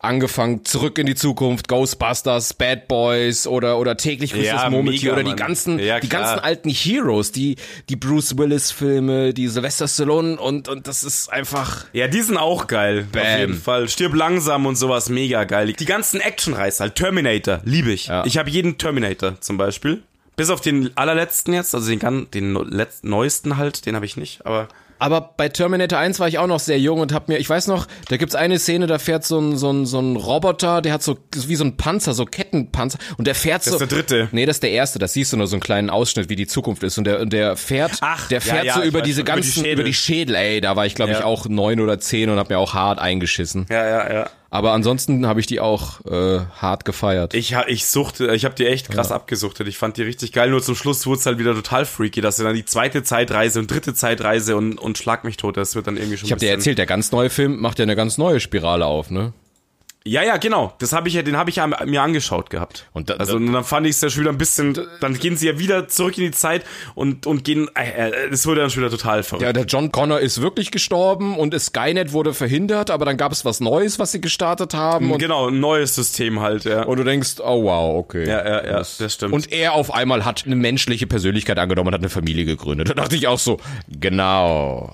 B: angefangen zurück in die Zukunft, Ghostbusters, Bad Boys oder oder täglich grüßt
A: Ja,
B: das
A: mega,
B: Murmeltier oder die
A: Mann.
B: ganzen
A: Ja,
B: die
A: klar.
B: ganzen alten Heroes, die die Bruce Willis Filme, die Sylvester Stallone und und das ist einfach
A: Ja, die sind auch geil. Auf
B: Bam.
A: jeden Fall. Stirb langsam und sowas, mega geil. Die ganzen Actionreißer, halt. Terminator, liebe ich. Ich habe jeden Terminator zum Beispiel. Bis auf den allerletzten jetzt, also den, gan- den no- letz- neuesten halt, den habe ich nicht, aber.
B: Aber bei Terminator 1 war ich auch noch sehr jung und hab mir, ich weiß noch, da gibt's eine Szene, da fährt so ein, so ein, so ein Roboter, der hat so, wie so ein Panzer, so Kettenpanzer und der fährt so.
A: ist der dritte.
B: Nee, das ist der erste, das siehst du nur so einen kleinen Ausschnitt, wie die Zukunft ist und der, und der fährt,
A: Ach,
B: der
A: ja,
B: fährt
A: ja,
B: so
A: ich
B: über
A: weiß
B: diese
A: schon, über die
B: ganzen, über die,
A: Schädel.
B: Schädel, ey, da war ich glaube ich
A: Ja.
B: auch neun oder zehn und hab mir auch hart eingeschissen.
A: Ja, ja, ja.
B: Aber ansonsten habe ich die auch äh, hart gefeiert.
A: Ich, ha- ich suchte, ich habe die echt krass abgesuchtet. Ich fand die richtig geil, nur zum Schluss wurde es halt wieder total freaky, dass sie dann die zweite Zeitreise und dritte Zeitreise und, und schlag mich tot, das wird dann irgendwie schon
B: Ich habe dir erzählt, der ganz neue Film macht ja eine ganz neue Spirale auf, ne?
A: Ja, ja, genau. Das habe ich ja, den habe ich ja mir angeschaut gehabt.
B: Und da-
A: also und dann fand ich es ja schon wieder ein bisschen. Dann gehen sie ja wieder zurück in die Zeit und und gehen. äh, äh, Es wurde dann schon wieder total verrückt.
B: Ja, der John Connor ist wirklich gestorben und Skynet wurde verhindert, aber dann gab es was Neues, was sie gestartet haben. Und,
A: genau, ein neues System halt. Ja,
B: und du denkst, oh wow, okay.
A: ja, ja, ja das, stimmt.
B: Und er auf einmal hat eine menschliche Persönlichkeit angenommen und hat eine Familie gegründet. Da dachte ich auch so, genau.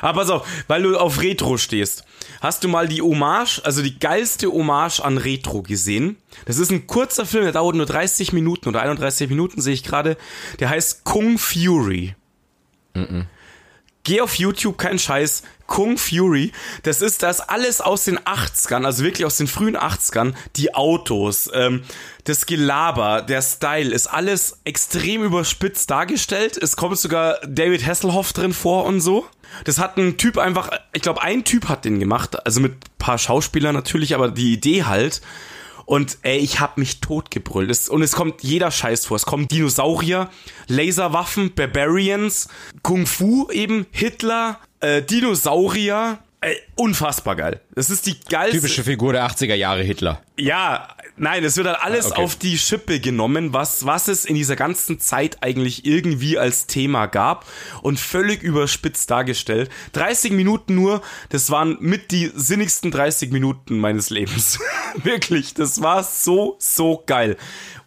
A: Aber pass auf, weil du auf Retro stehst. Hast du mal die Hommage, also die geilste Hommage an Retro gesehen? Das ist ein kurzer Film, der dauert nur 30 Minuten oder 31 Minuten, sehe ich gerade. Der heißt Kung Fury. Geh auf YouTube, kein Scheiß. Kung Fury, das ist das alles aus den 80ern, also wirklich aus den frühen 80ern. Die Autos, ähm, das Gelaber, der Style ist alles extrem überspitzt dargestellt. Es kommt sogar David Hasselhoff drin vor und so. Das hat ein Typ einfach, ich glaube, ein Typ hat den gemacht, also mit paar Schauspielern natürlich, aber die Idee halt. Und ey, ich hab mich totgebrüllt. Es, und es kommt jeder Scheiß vor. Es kommen Dinosaurier, Laserwaffen, Barbarians, Kung Fu eben, Hitler, äh, Dinosaurier. Ey, unfassbar geil. Das ist die geilste.
B: Typische Figur der 80er Jahre Hitler.
A: Ja, nein, es wird halt alles
B: Ah, Okay.
A: auf die Schippe genommen, was, was es in dieser ganzen Zeit eigentlich irgendwie als Thema gab und völlig überspitzt dargestellt. 30 Minuten nur, das waren mit die sinnigsten 30 Minuten meines Lebens. (laughs) Wirklich, das war so, so geil.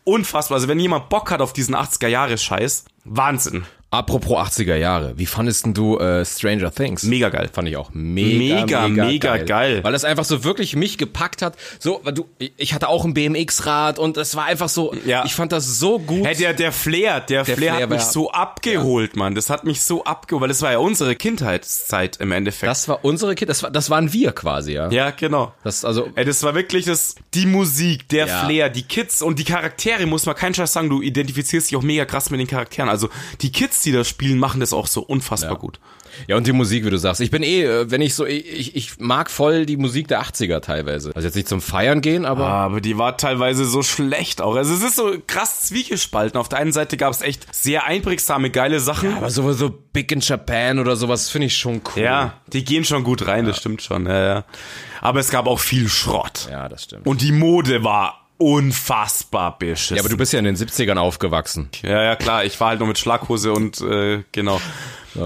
A: Unfassbar. Also wenn jemand Bock hat auf diesen 80er-Jahre-Scheiß, Wahnsinn.
B: Apropos 80er Jahre, wie fandest denn du äh, Stranger Things?
A: Mega geil.
B: Fand ich auch mega,
A: Mega,
B: mega, mega,
A: mega
B: geil.
A: geil.
B: Weil das einfach so wirklich mich gepackt hat. So, weil du, ich hatte auch ein BMX-Rad und es war einfach so,
A: Ja.
B: ich fand das so gut.
A: Hey, der, der Flair, der, Flair,
B: Flair
A: hat mich
B: war-
A: so abgeholt, Mann. Das hat mich so abgeholt, weil das war ja unsere Kindheitszeit im Endeffekt.
B: das war unsere Kinder, das, war, das waren wir quasi, ja.
A: ja, genau.
B: Das, also,
A: Ey, das war wirklich das, die Musik, der
B: Ja.
A: Flair, die Kids und die Charaktere, muss man keinen Scheiß sagen, du identifizierst dich auch mega krass mit den Charakteren. Also die Kids, die das spielen, machen das auch so unfassbar gut.
B: Ja, und die Musik, wie du sagst. Ich bin eh, äh, wenn ich so, ich- ich, ich mag voll die Musik der 80er teilweise. Also jetzt nicht zum Feiern gehen, aber
A: Aber die war teilweise so schlecht auch. Also es ist so krass zwiegespalten. Auf der einen Seite gab es echt sehr einprägsame, geile Sachen. Ja,
B: aber sowas so Big in Japan oder sowas finde ich schon cool.
A: die gehen schon gut rein, das stimmt schon. Ja, ja. Aber es gab auch viel Schrott.
B: Ja, das stimmt.
A: Und die Mode war unfassbar beschissen.
B: ja, aber du bist ja in den 70ern aufgewachsen.
A: Ja, ja, klar, ich war halt nur mit Schlaghose und äh, genau.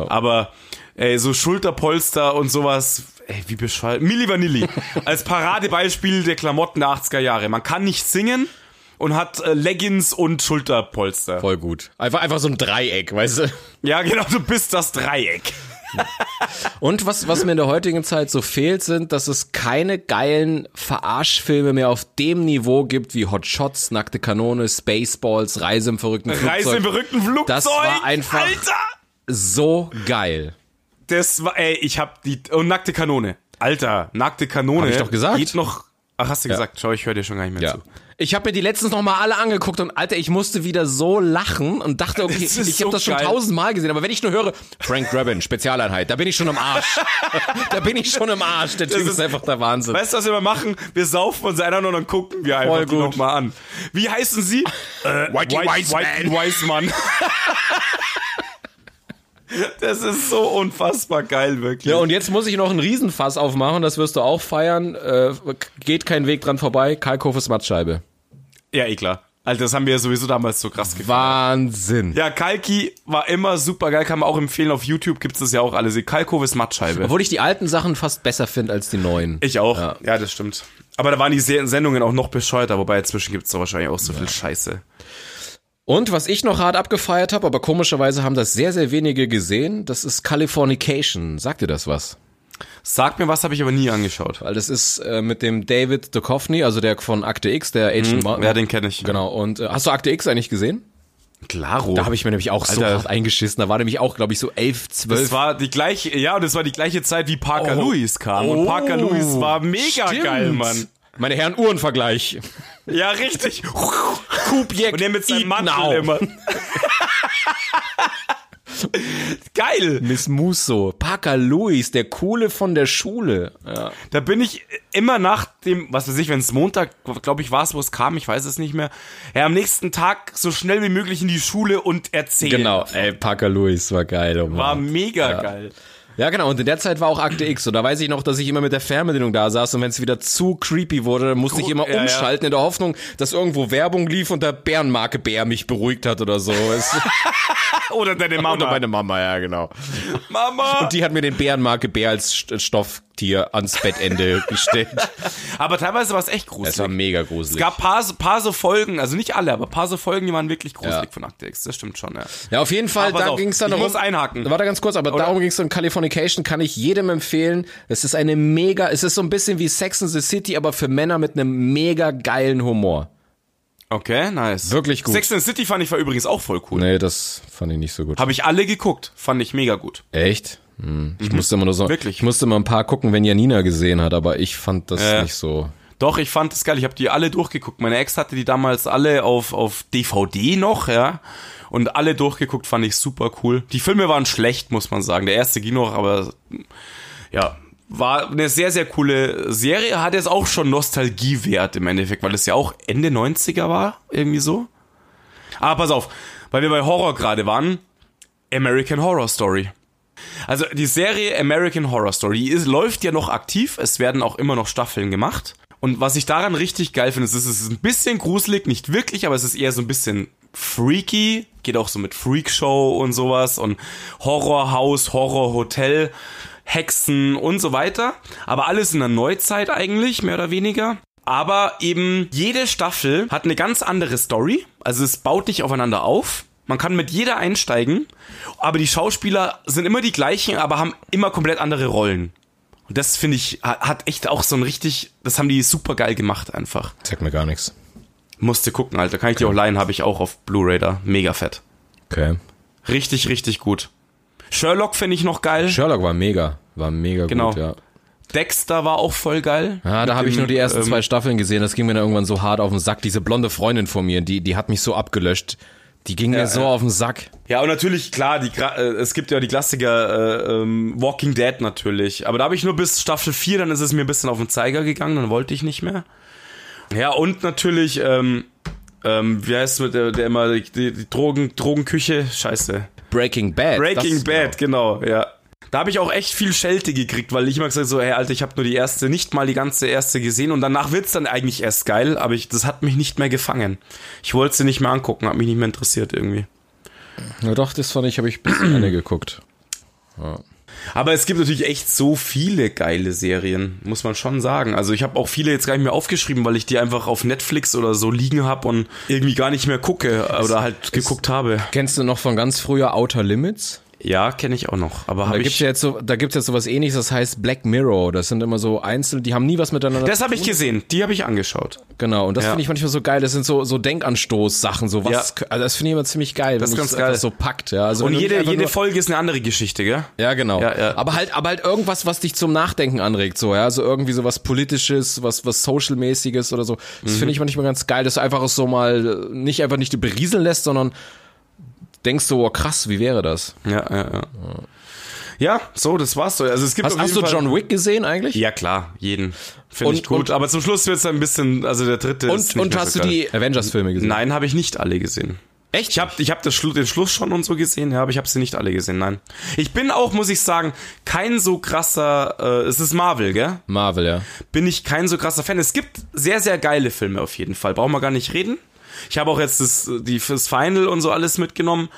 A: Aber ey, so Schulterpolster und sowas, ey, wie bescheuert. Milli
B: (laughs)
A: Vanilli als Paradebeispiel der Klamotten der 80er Jahre. Man kann nicht singen und hat äh, Leggings und Schulterpolster.
B: Voll gut. Einfach, einfach so ein Dreieck, weißt du?
A: Ja, genau, du bist das Dreieck.
B: Und was, was mir in der heutigen Zeit so fehlt, sind, dass es keine geilen Verarschfilme mehr auf dem Niveau gibt wie Hot Shots, Nackte Kanone, Spaceballs, Reise im verrückten Flugzeug.
A: Reise im verrückten Flugzeug.
B: Das war einfach-
A: Alter!
B: So geil.
A: Das war, ey, ich hab die. Und nackte Kanone. Alter, nackte Kanone.
B: Hab ich doch gesagt.
A: Geht noch. Ach, hast du gesagt, schau, ich höre dir schon gar nicht mehr
B: Ja.
A: zu.
B: Ich habe mir die letztens noch mal alle angeguckt und Alter, ich musste wieder so lachen und (laughs) dachte, okay, ich
A: Das
B: habe
A: ist so
B: das schon
A: geil.
B: tausendmal gesehen, aber wenn ich nur höre Frank Drabin, Spezialeinheit, da bin ich schon im (laughs) Arsch. da bin ich schon im Arsch. Der Typ
A: Das
B: ist,
A: ist-
B: einfach der Wahnsinn.
A: Weißt du, was wir mal machen? Wir saufen uns einer und dann gucken wir einfach
B: Voll
A: die
B: gut.
A: noch mal an. Wie heißen
B: (laughs)
A: sie? äh,
B: Whitey Wiseman.
A: Whitey (laughs) Wiseman. das ist so unfassbar geil, wirklich.
B: Ja, und jetzt muss ich noch einen Riesenfass aufmachen, das wirst du auch feiern. Äh, geht kein Weg dran vorbei. Kalkofes Mattscheibe.
A: ja eh klar. Alter, das haben wir ja sowieso damals so krass gefallen.
B: Wahnsinn.
A: Ja, Kalki war immer super geil, kann man auch empfehlen. Auf YouTube gibt's das ja auch alles. Kalkoves Mattscheibe.
B: Obwohl ich die alten Sachen fast besser finde als die neuen.
A: Ich auch. Ja. das stimmt. Aber da waren die Se- Sendungen auch noch bescheuerter, wobei inzwischen gibt's da wahrscheinlich auch so viel Scheiße.
B: Und was ich noch hart abgefeiert habe, aber komischerweise haben das sehr, sehr wenige gesehen, das ist Californication. Sagt dir das was?
A: Sag mir was, habe ich aber nie angeschaut.
B: Weil das ist äh, mit dem David Duchovny, also der von Akte X, der Agent Martin.
A: Mhm. Ja, den kenne ich.
B: Genau, und äh, hast du Akte X eigentlich gesehen?
A: Klaro.
B: Da habe ich mir nämlich auch so
A: Alter.
B: hart eingeschissen. Da war nämlich auch, glaube ich, so elf, zwölf.
A: Das war die gleiche, ja, und es war die gleiche Zeit, wie Parker
B: Oh.
A: Lewis kam. Und Parker
B: Oh.
A: Lewis war mega
B: Stimmt.
A: geil, Mann.
B: Meine Herren, Uhrenvergleich.
A: Ja, richtig.
B: Kubjek
A: Und er mit seinem
B: Eat
A: Mantel
B: now.
A: immer. geil.
B: Miss Musso, Parker Lewis, der Coole von der Schule. Ja.
A: Da bin ich immer nach dem, was weiß ich, wenn es Montag, glaube ich, war es, wo es kam, ich weiß es nicht mehr. Ja, am nächsten Tag so schnell wie möglich in die Schule und erzählen.
B: Genau, ey, Parker Lewis war geil. Oh Mann.
A: War mega geil.
B: Genau. Ja, genau. Und in der Zeit war auch Akte X. Und da weiß ich noch, dass ich immer mit der Fernbedienung da saß und wenn es wieder zu creepy wurde, dann musste ich immer
A: Ja, ja.
B: umschalten in der Hoffnung, dass irgendwo Werbung lief und der Bärenmarke Bär mich beruhigt hat
A: (laughs)
B: oder so. Es,
A: Oder deine Mama.
B: oder meine Mama, ja, genau.
A: Mama.
B: Und die hat mir den Bärenmarke Bär als St- äh, Stofftier ans
A: (laughs)
B: Bettende gestellt.
A: aber teilweise war es echt
B: Es war
A: gruselig.
B: mega gruselig.
A: Es gab paar, so- paar so Folgen, also nicht alle, aber paar so Folgen, die waren wirklich gruselig
B: Ja.
A: von Akte X. Das stimmt schon, ja.
B: Ja, auf jeden Fall,
A: Aber Ah, pass
B: da
A: auf,
B: ging's dann
A: ich
B: darum.
A: muss einhaken.
B: Warte ganz kurz, aber darum ging's dann um Californication, kann ich jedem empfehlen. Es ist eine mega, es ist so ein bisschen wie Sex in the City, aber für Männer mit einem mega geilen Humor.
A: Okay, nice.
B: Wirklich gut. Ne.
A: Sex and the City fand ich war übrigens auch voll cool.
B: Nee, das fand ich nicht so gut.
A: Habe ich alle geguckt, fand ich mega gut.
B: Echt? Hm. Ich musste immer nur so,
A: Mhm. Wirklich?
B: ich musste immer ein paar gucken, wenn Janina gesehen hat, aber ich fand das
A: Ja.
B: nicht so.
A: Doch, ich fand das geil. Ich habe die alle durchgeguckt. Meine Ex hatte die damals alle auf, auf DVD noch, ja. Und alle durchgeguckt, fand ich super cool. Die Filme waren schlecht, muss man sagen. Der erste ging noch, aber ja, war eine sehr, sehr coole Serie. Hat jetzt auch schon Nostalgiewert im Endeffekt, weil es ja auch Ende 90er war, irgendwie so. Aber pass auf, weil wir bei Horror gerade waren. American Horror Story. Also die Serie American Horror Story ist, läuft ja noch aktiv. Es werden auch immer noch Staffeln gemacht. Und was ich daran richtig geil finde, ist, es ist ein bisschen gruselig, nicht wirklich, aber es ist eher so ein bisschen freaky. Geht auch so mit Freakshow und sowas und Horrorhaus, Horrorhotel, Hexen und so weiter. Aber alles in der Neuzeit eigentlich, mehr oder weniger. Aber eben jede Staffel hat eine ganz andere Story. Also es baut nicht aufeinander auf. Man kann mit jeder einsteigen, aber die Schauspieler sind immer die gleichen, aber haben immer komplett andere Rollen. Und das finde ich, ha- hat echt auch so ein richtig, das haben die super geil gemacht einfach.
B: Sag mir gar nichts.
A: Musste gucken, Alter. Kann ich dir auch leihen, habe ich auch auf Blu-ray da. Mega fett.
B: Okay.
A: Richtig, richtig gut. Sherlock finde ich noch geil.
B: Sherlock war mega, war mega
A: Genau.
B: gut, ja.
A: Dexter war auch voll geil.
B: Ah, da
A: Mit
B: habe ich
A: dem,
B: nur die ersten
A: ähm,
B: zwei Staffeln gesehen. Das ging mir dann irgendwann so hart auf den Sack. Diese blonde Freundin von mir, die, die hat mich so abgelöscht. Die ging mir so
A: ja.
B: auf den Sack.
A: Ja, und natürlich, klar, die, Gra- äh, es gibt ja die Klassiker äh, ähm, Walking Dead natürlich. Aber da habe ich nur bis Staffel 4, dann ist es mir ein bisschen auf den Zeiger gegangen, dann wollte ich nicht mehr. Ja, und natürlich, ähm, ähm, wie heißt es mit der, der immer, die, die Drogen, Drogenküche, scheiße.
B: Breaking Bad.
A: Breaking
B: das,
A: Bad, genau, ja. Da habe ich auch echt viel Schelte gekriegt, weil ich immer gesagt so, hey Alter, ich habe nur die erste, nicht mal die ganze erste gesehen und danach wird's dann eigentlich erst geil, aber ich, das hat mich nicht mehr gefangen. Ich wollte sie nicht mehr angucken, hat mich nicht mehr interessiert irgendwie.
B: Na doch, das fand ich, habe ich bis zum Ende geguckt.
A: Aber es gibt natürlich echt so viele geile Serien, muss man schon sagen. Also ich habe auch viele jetzt gar nicht mehr aufgeschrieben, weil ich die einfach auf Netflix oder so liegen habe und irgendwie gar nicht mehr gucke oder halt geguckt habe.
B: Kennst du noch von ganz früher Outer Limits?
A: Ja, kenne ich auch noch. Aber
B: Da
A: habe
B: gibt's
A: ich
B: ja jetzt so, da gibt's jetzt sowas ähnliches, das heißt Black Mirror. Das sind immer so Einzel, die haben nie was miteinander.
A: das habe ich gesehen, die habe ich angeschaut.
B: genau. Und das
A: Ja.
B: finde ich manchmal so geil. Das sind so, so Denkanstoßsachen, so was. Also das finde ich immer ziemlich geil.
A: Das
B: wenn
A: ist
B: ich's
A: ganz geil.
B: einfach So packt, ja. Also
A: Und
B: wenn du nicht
A: jede,
B: einfach
A: jede
B: nur-
A: Folge ist eine andere Geschichte, gell?
B: Ja, genau.
A: Ja, ja.
B: Aber halt, aber halt irgendwas, was dich zum Nachdenken anregt, so, ja, so irgendwie so was Politisches, was, was Social-mäßiges oder so. Das
A: Mhm.
B: finde ich manchmal ganz geil, dass du einfach so mal äh, nicht einfach nicht berieseln lässt, sondern denkst so, oh, krass, wie wäre das?
A: Ja, ja, ja. Ja, so, das war's so. Also es gibt
B: Hast,
A: auf
B: hast
A: jeden
B: du
A: Fall-
B: John Wick gesehen eigentlich?
A: Ja, klar, jeden. Finde ich
B: Und-
A: gut.
B: und-
A: aber zum Schluss wird's ein bisschen, also der dritte ist
B: Und,
A: nicht
B: und
A: mehr
B: hast
A: so
B: du
A: geil.
B: die Avengers-Filme gesehen?
A: Nein, habe ich nicht alle gesehen. Echt? Ich habe ich hab das Schlu den Schluss schon und so gesehen, ja, aber ich habe sie nicht alle gesehen, nein. Ich bin auch, muss ich sagen, kein so krasser, äh, es ist Marvel, gell?
B: Marvel, ja.
A: Bin ich kein so krasser Fan. Es gibt sehr, sehr geile Filme auf jeden Fall, brauchen wir gar nicht reden. Ich habe auch jetzt das, die, das Final und so alles mitgenommen,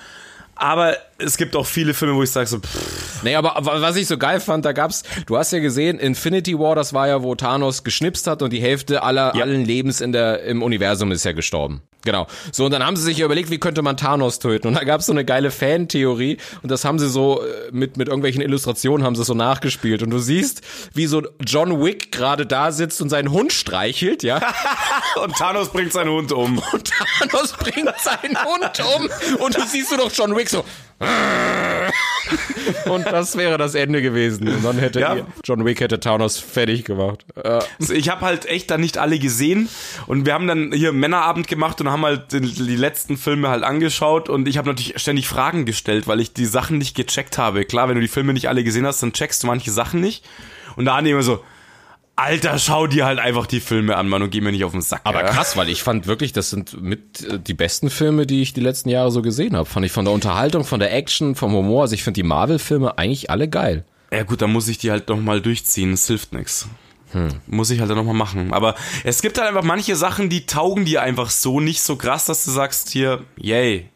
A: aber es gibt auch viele Filme, wo ich sage so, pff,
B: Nee, aber wa- was ich so geil fand, da gab's, du hast ja gesehen, Infinity War, das war ja, wo Thanos geschnipst hat und die Hälfte aller
A: Ja.
B: allen Lebens in der, im Universum ist ja gestorben. Genau. So, und dann haben sie sich ja überlegt, wie könnte man Thanos töten? Und da gab's so eine geile Fantheorie und das haben sie so äh, mit, mit irgendwelchen Illustrationen haben sie es so nachgespielt. Und du siehst, wie so John Wick gerade da sitzt und seinen Hund streichelt, ja.
A: und Thanos bringt seinen Hund um.
B: Und Thanos bringt seinen Hund um und du siehst du doch John Wick so. Und das wäre das Ende gewesen. Und dann hätte
A: Ja.
B: die- John Wick hätte Thanos fertig gemacht. Äh,
A: Also ich habe halt echt dann nicht alle gesehen und wir haben dann hier Männerabend gemacht und haben halt den, die letzten Filme halt angeschaut und ich habe natürlich ständig Fragen gestellt, weil ich die Sachen nicht gecheckt habe. Klar, wenn du die Filme nicht alle gesehen hast, dann checkst du manche Sachen nicht und da annehmen wir so Alter, schau dir halt einfach die Filme an, Mann, und geh mir nicht auf den Sack.
B: aber
A: ja.
B: krass, weil ich fand wirklich, das sind mit äh, die besten Filme, die ich die letzten Jahre so gesehen habe. Fand ich von der Unterhaltung, von der Action, vom Humor. Also ich finde die Marvel-Filme eigentlich alle geil.
A: Ja gut, dann muss ich die halt nochmal durchziehen, es hilft nichts. Muss ich halt dann nochmal machen. Aber es gibt halt einfach manche Sachen, die taugen dir einfach so nicht so krass, dass du sagst hier, yay,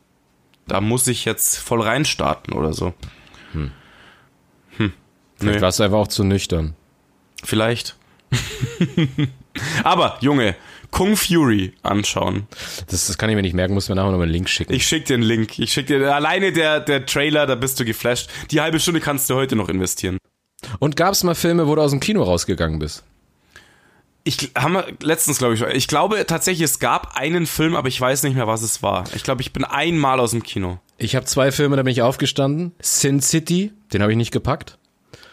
A: da muss ich jetzt voll reinstarten oder so.
B: Vielleicht
A: Nee.
B: warst du einfach auch zu nüchtern.
A: Vielleicht. (laughs) Aber, Junge, Kung Fury anschauen.
B: Das, das kann ich mir nicht merken, muss mir nachher noch mal einen Link schicken.
A: Ich schick dir einen Link. Ich schick dir alleine der, der Trailer, da bist du geflasht. Die halbe Stunde kannst du heute noch investieren.
B: Und gab es mal Filme, wo du aus dem Kino rausgegangen bist?
A: Ich gl- haben wir letztens, glaube ich, schon- ich glaube tatsächlich, es gab einen Film, aber ich weiß nicht mehr, was es war. Ich glaube, ich bin einmal aus dem Kino.
B: Ich habe zwei Filme, da bin ich aufgestanden. Sin City, den habe ich nicht gepackt.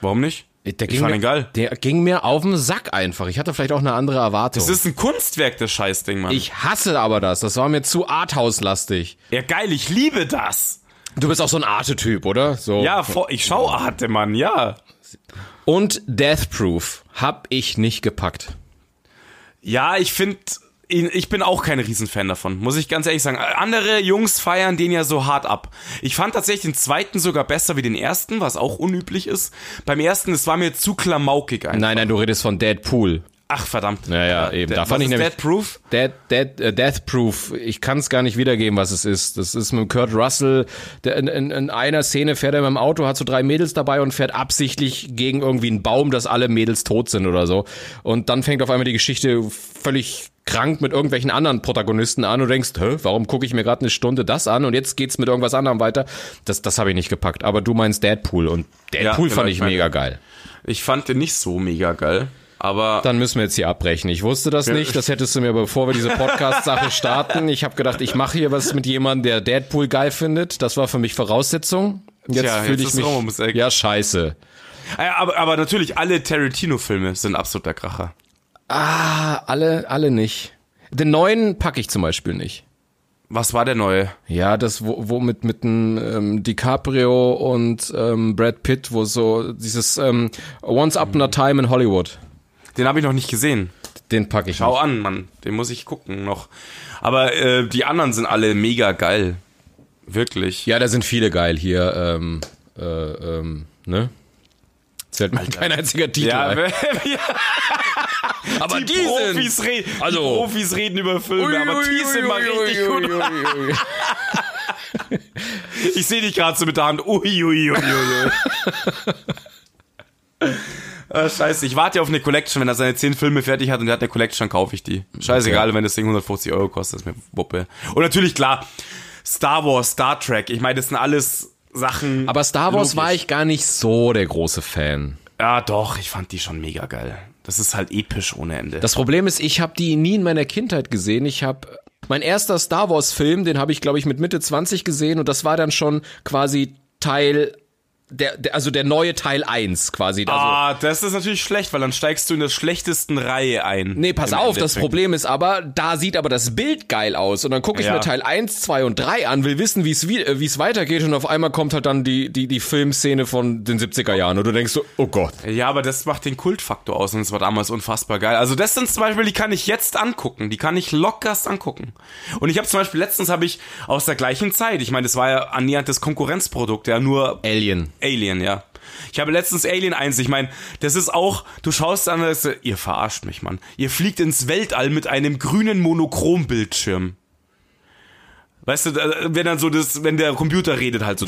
A: Warum nicht?
B: Der
A: ich fand
B: mir,
A: ihn geil.
B: Der ging mir auf den Sack einfach. Ich hatte vielleicht auch eine andere Erwartung.
A: Es ist ein Kunstwerk, das Scheißding, Mann.
B: ich hasse aber das. Das war mir zu Arthouse-lastig.
A: ja, geil, ich liebe das.
B: Du bist auch so ein Arte-Typ, oder? So.
A: Ja, vor, ich schau Arte, Mann, ja.
B: Und Death Proof hab ich nicht gepackt.
A: Ja, ich finde, ich bin auch kein Riesenfan davon, muss ich ganz ehrlich sagen. Äh, Andere Jungs feiern den ja so hart ab. Ich fand tatsächlich den zweiten sogar besser wie den ersten, was auch unüblich ist. Beim ersten, es war mir zu klamaukig ein.
B: Nein, nein, du redest von Deadpool.
A: Ach, verdammt.
B: Ja, ja, eben. Da
A: was
B: fand ich
A: ist
B: nämlich-
A: Dead Proof?
B: Dead, Dead, äh, Death Proof. Ich kann es gar nicht wiedergeben, was es ist. Das ist mit Kurt Russell. Der in, in, in einer Szene fährt er mit dem Auto, hat so drei Mädels dabei und fährt absichtlich gegen irgendwie einen Baum, dass alle Mädels tot sind oder so. Und dann fängt auf einmal die Geschichte völlig krank mit irgendwelchen anderen Protagonisten an und denkst, hä, warum gucke ich mir gerade eine Stunde das an und jetzt geht's mit irgendwas anderem weiter? Das, das habe ich nicht gepackt. Aber du meinst Deadpool und
A: Ja,
B: Deadpool
A: genau,
B: fand ich,
A: ich meine-
B: mega geil.
A: Ich fand den nicht so mega geil, aber
B: Dann müssen wir jetzt hier abbrechen. Ich wusste das nicht. Das hättest du mir, bevor wir
A: (laughs)
B: diese Podcast-Sache starten. Ich habe gedacht, ich mache hier was mit jemandem, der Deadpool geil findet. Das war für mich Voraussetzung. Jetzt
A: Tja,
B: fühle
A: jetzt
B: ich
A: ist
B: mich.
A: Raum ums Eck.
B: ja, scheiße.
A: Ja, äh, aber, aber natürlich alle Tarantino-Filme sind absoluter Kracher.
B: Ah, alle, alle nicht. Den neuen packe ich zum Beispiel nicht.
A: Was war der neue?
B: Ja, das wo, wo mit mit dem ähm, DiCaprio und ähm, Brad Pitt, wo so dieses ähm, Once Upon a Time in Hollywood.
A: Den habe ich noch nicht gesehen.
B: Den packe ich.
A: Schau an, Mann, den muss ich gucken noch. Aber äh, die anderen sind alle mega geil, wirklich.
B: Ja, da sind viele geil hier. Ähm, äh, ähm, ne? Jetzt fällt mir kein einziger Titel ein.
A: (laughs)
B: aber
A: die, Profis re-
B: Also-
A: die Profis reden über Filme, aber die sind mal richtig gut. Ich sehe dich gerade so mit der Hand. Uiuiuiui. (laughs) Ah, scheiße, ich warte ja auf eine Collection, wenn er seine 10 Filme fertig hat und er hat eine Collection, dann kaufe ich die. Scheißegal, wenn das Ding 150 Euro kostet, ist mir Wuppe. Und natürlich, klar, Star Wars, Star Trek, ich meine, das sind alles Sachen.
B: Aber Star Wars
A: Logisch.
B: war ich gar nicht so der große Fan.
A: Ja, doch, ich fand die schon mega geil. Das ist halt episch ohne Ende.
B: Das Problem ist, ich habe die nie in meiner Kindheit gesehen. Ich habe mein erster Star Wars Film, den habe ich glaube ich mit Mitte 20 gesehen und das war dann schon quasi Teil der, der also der neue Teil 1 quasi. Also,
A: ah, das ist natürlich schlecht, weil dann steigst du in der schlechtesten Reihe ein.
B: Nee, pass
A: Im
B: auf, das
A: Endeffekt.
B: Problem ist aber, da sieht aber das Bild geil aus. Und dann gucke ich
A: Ja.
B: mir Teil 1, 2 und 3 an, will wissen, wie es wie- äh, wie es weitergeht. Und auf einmal kommt halt dann die, die, die Filmszene von den 70er Jahren. Und du denkst so, oh Gott.
A: Ja, aber das macht den Kultfaktor aus und es war damals unfassbar geil. Also das sind zum Beispiel, die kann ich jetzt angucken, die kann ich lockerst angucken. Und ich habe zum Beispiel letztens habe ich aus der gleichen Zeit, ich meine, das war ja annähertes Konkurrenzprodukt, ja nur
B: Alien.
A: Alien, ja. Ich habe letztens Alien 1, ich meine, das ist auch, du schaust an, das, ihr verarscht mich, Mann. Ihr fliegt ins Weltall mit einem grünen Monochrombildsschirm. Weißt du, da- wenn dann so das, wenn der Computer redet halt so.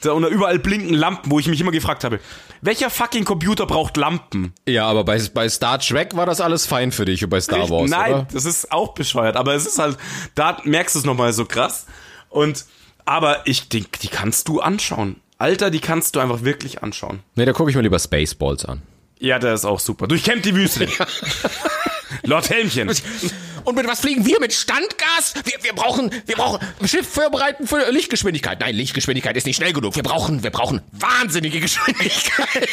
A: Da und da überall blinken Lampen, wo ich mich immer gefragt habe, welcher fucking Computer braucht Lampen?
B: Ja, aber bei, bei Star Trek war das alles fein für dich und bei Star Wars,
A: Nein,
B: oder?
A: das ist auch bescheuert, aber es ist halt, da merkst du es nochmal so krass. Und, aber ich denk, die kannst du anschauen. Alter, die kannst du einfach wirklich anschauen.
B: Nee, da gucke ich mir lieber Spaceballs an.
A: Ja, der ist auch super. Durchkämmt die Wüste. (laughs) Lord Helmchen.
B: Und mit was fliegen wir? Mit Standgas? Wir, wir brauchen, wir brauchen ein Schiff vorbereiten für Lichtgeschwindigkeit. Nein, Lichtgeschwindigkeit ist nicht schnell genug. Wir brauchen, wir brauchen wahnsinnige (laughs) Geschwindigkeit.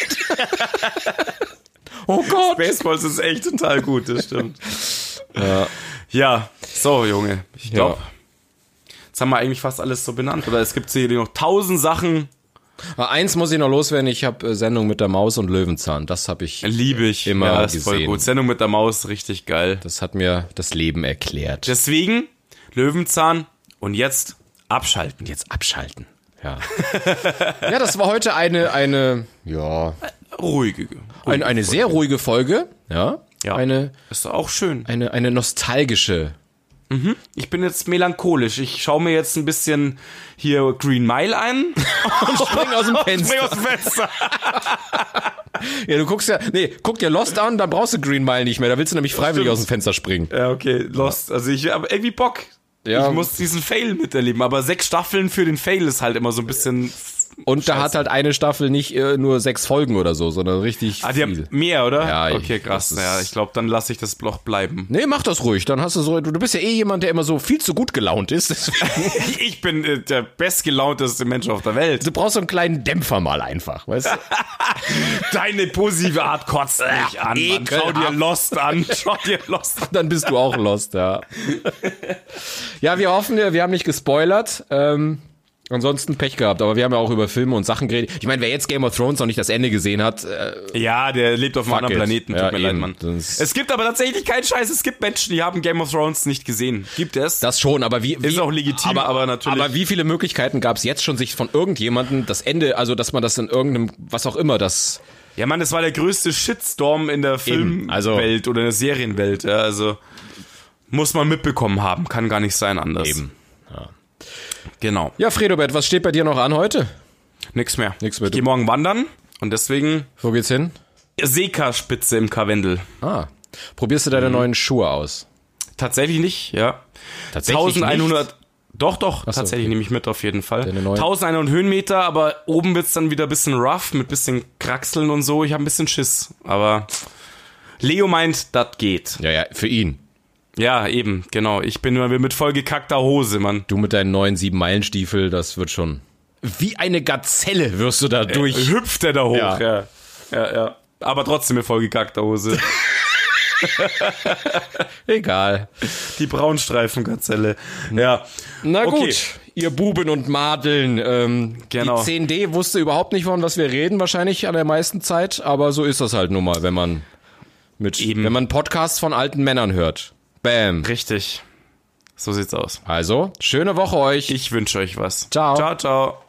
B: oh Gott.
A: Baseballs ist echt total gut, das stimmt. Ja, so, Junge. Ich glaube, jetzt haben wir eigentlich fast alles so benannt. Oder es gibt hier noch tausend Sachen.
B: Aber Eins muss ich noch loswerden, ich habe äh, Sendung mit der Maus und Löwenzahn. Das habe ich,
A: Liebe ich.
B: Immer
A: ja, ist voll
B: gesehen.
A: gut. Sendung mit der Maus, richtig geil.
B: das hat mir das Leben erklärt.
A: Deswegen, Löwenzahn und jetzt abschalten.
B: Jetzt abschalten. Ja. ja, das war heute eine, eine, ja,
A: Ruhige.
B: eine, eine sehr ruhige Folge. Ja.
A: Ja.
B: Eine,
A: Ist auch schön.
B: eine, eine nostalgische.
A: Ich bin jetzt melancholisch. Ich schaue mir jetzt ein bisschen hier Green Mile an.
B: Spring aus dem
A: (laughs)
B: Fenster.
A: Spring aus dem Fenster.
B: Ja, du guckst ja, nee, guck dir Lost an, dann brauchst du Green Mile nicht mehr. Da willst du nämlich freiwillig aus dem Fenster springen.
A: (laughs) Ja, okay, Lost. Also ich habe irgendwie Bock.
B: Ja.
A: Ich muss diesen Fail miterleben. Aber sechs Staffeln für den Fail ist halt immer so ein bisschen.
B: Und da hat halt eine Staffel nicht äh, nur sechs Folgen oder so, sondern richtig
A: Ah, die
B: viel.
A: haben mehr, oder?
B: Ja, ich-
A: okay, krass.
B: das ist-
A: Ja, ich glaube, dann lasse ich das Bloch
B: (laughs)
A: bleiben.
B: Nee, mach das ruhig. Dann hast du so, du du bist ja eh jemand, der immer so viel zu gut gelaunt ist. Deswegen,
A: Ich bin äh, der bestgelaunteste Mensch auf der Welt.
B: du brauchst so einen kleinen Dämpfer mal einfach, weißt du?
A: Deine positive Art
B: (laughs)
A: kotzt mich an. Mann. Schau
B: Äh, ekelhaft.
A: dir Lost an. (laughs) Schau dir Lost an.
B: Dann bist du auch lost, ja. Ja, wir hoffen, wir haben nicht gespoilert. Ähm, ansonsten Pech gehabt, aber wir haben ja auch über Filme und Sachen geredet. Ich meine, wer jetzt Game of Thrones noch nicht das Ende gesehen hat, äh,
A: Ja, der lebt auf einem
B: Fuck
A: anderen
B: it.
A: Planeten. Tut
B: Ja,
A: mir
B: eben.
A: leid, Mann.
B: Das-
A: Es gibt aber tatsächlich keinen Scheiß. Es gibt Menschen, die haben Game of Thrones nicht gesehen. Gibt es?
B: das schon, aber wie, wie
A: Ist auch legitim, aber natürlich-
B: Aber wie viele Möglichkeiten gab es jetzt schon, sich von irgendjemandem das Ende, also dass man das in irgendeinem, was auch immer, das
A: ja, Mann, das war der größte Shitstorm in der
B: Eben,
A: Filmwelt
B: also-
A: oder in der Serienwelt. Ja, also muss man mitbekommen haben. Kann gar nicht sein anders.
B: Eben.
A: Genau.
B: Ja, Fredobert, was steht bei dir noch an heute?
A: Nix mehr.
B: Nix mehr,
A: Ich
B: du-
A: gehe morgen wandern und deswegen
B: Wo geht's hin?
A: Seka-Spitze im Karwendel.
B: Ah, probierst du deine
A: Mhm.
B: neuen Schuhe aus?
A: Tatsächlich nicht, ja.
B: Tatsächlich
A: 1100. Doch, doch,
B: so,
A: tatsächlich
B: okay.
A: nehme ich mit auf jeden Fall.
B: Deine neuen-
A: 1100 Höhenmeter, aber oben wird's dann wieder ein bisschen rough mit bisschen Kraxeln und so. Ich habe ein bisschen Schiss, aber Leo meint, das geht.
B: Ja, ja, für ihn.
A: Ja, eben, genau. Ich bin immer mit vollgekackter Hose, Mann.
B: Du mit deinen neuen sieben Meilenstiefeln, das wird schon. Wie eine Gazelle wirst du
A: Äh.
B: da durch.
A: Hüpft er da hoch,
B: Ja.
A: ja. Ja, ja. Aber trotzdem mit vollgekackter
B: (laughs)
A: Hose.
B: Egal.
A: Die Braunstreifengazelle. Ja.
B: Na
A: Okay.
B: gut, ihr Buben und Madeln. Ähm,
A: Genau.
B: Die 10D wusste überhaupt nicht, von was wir reden, wahrscheinlich an der meisten Zeit, aber so ist das halt nun mal, wenn man mit
A: Eben.
B: wenn man Podcasts von alten Männern hört. Bam.
A: Richtig. So sieht's aus.
B: Also, schöne Woche euch.
A: Ich wünsche euch was.
B: Ciao.
A: Ciao, ciao.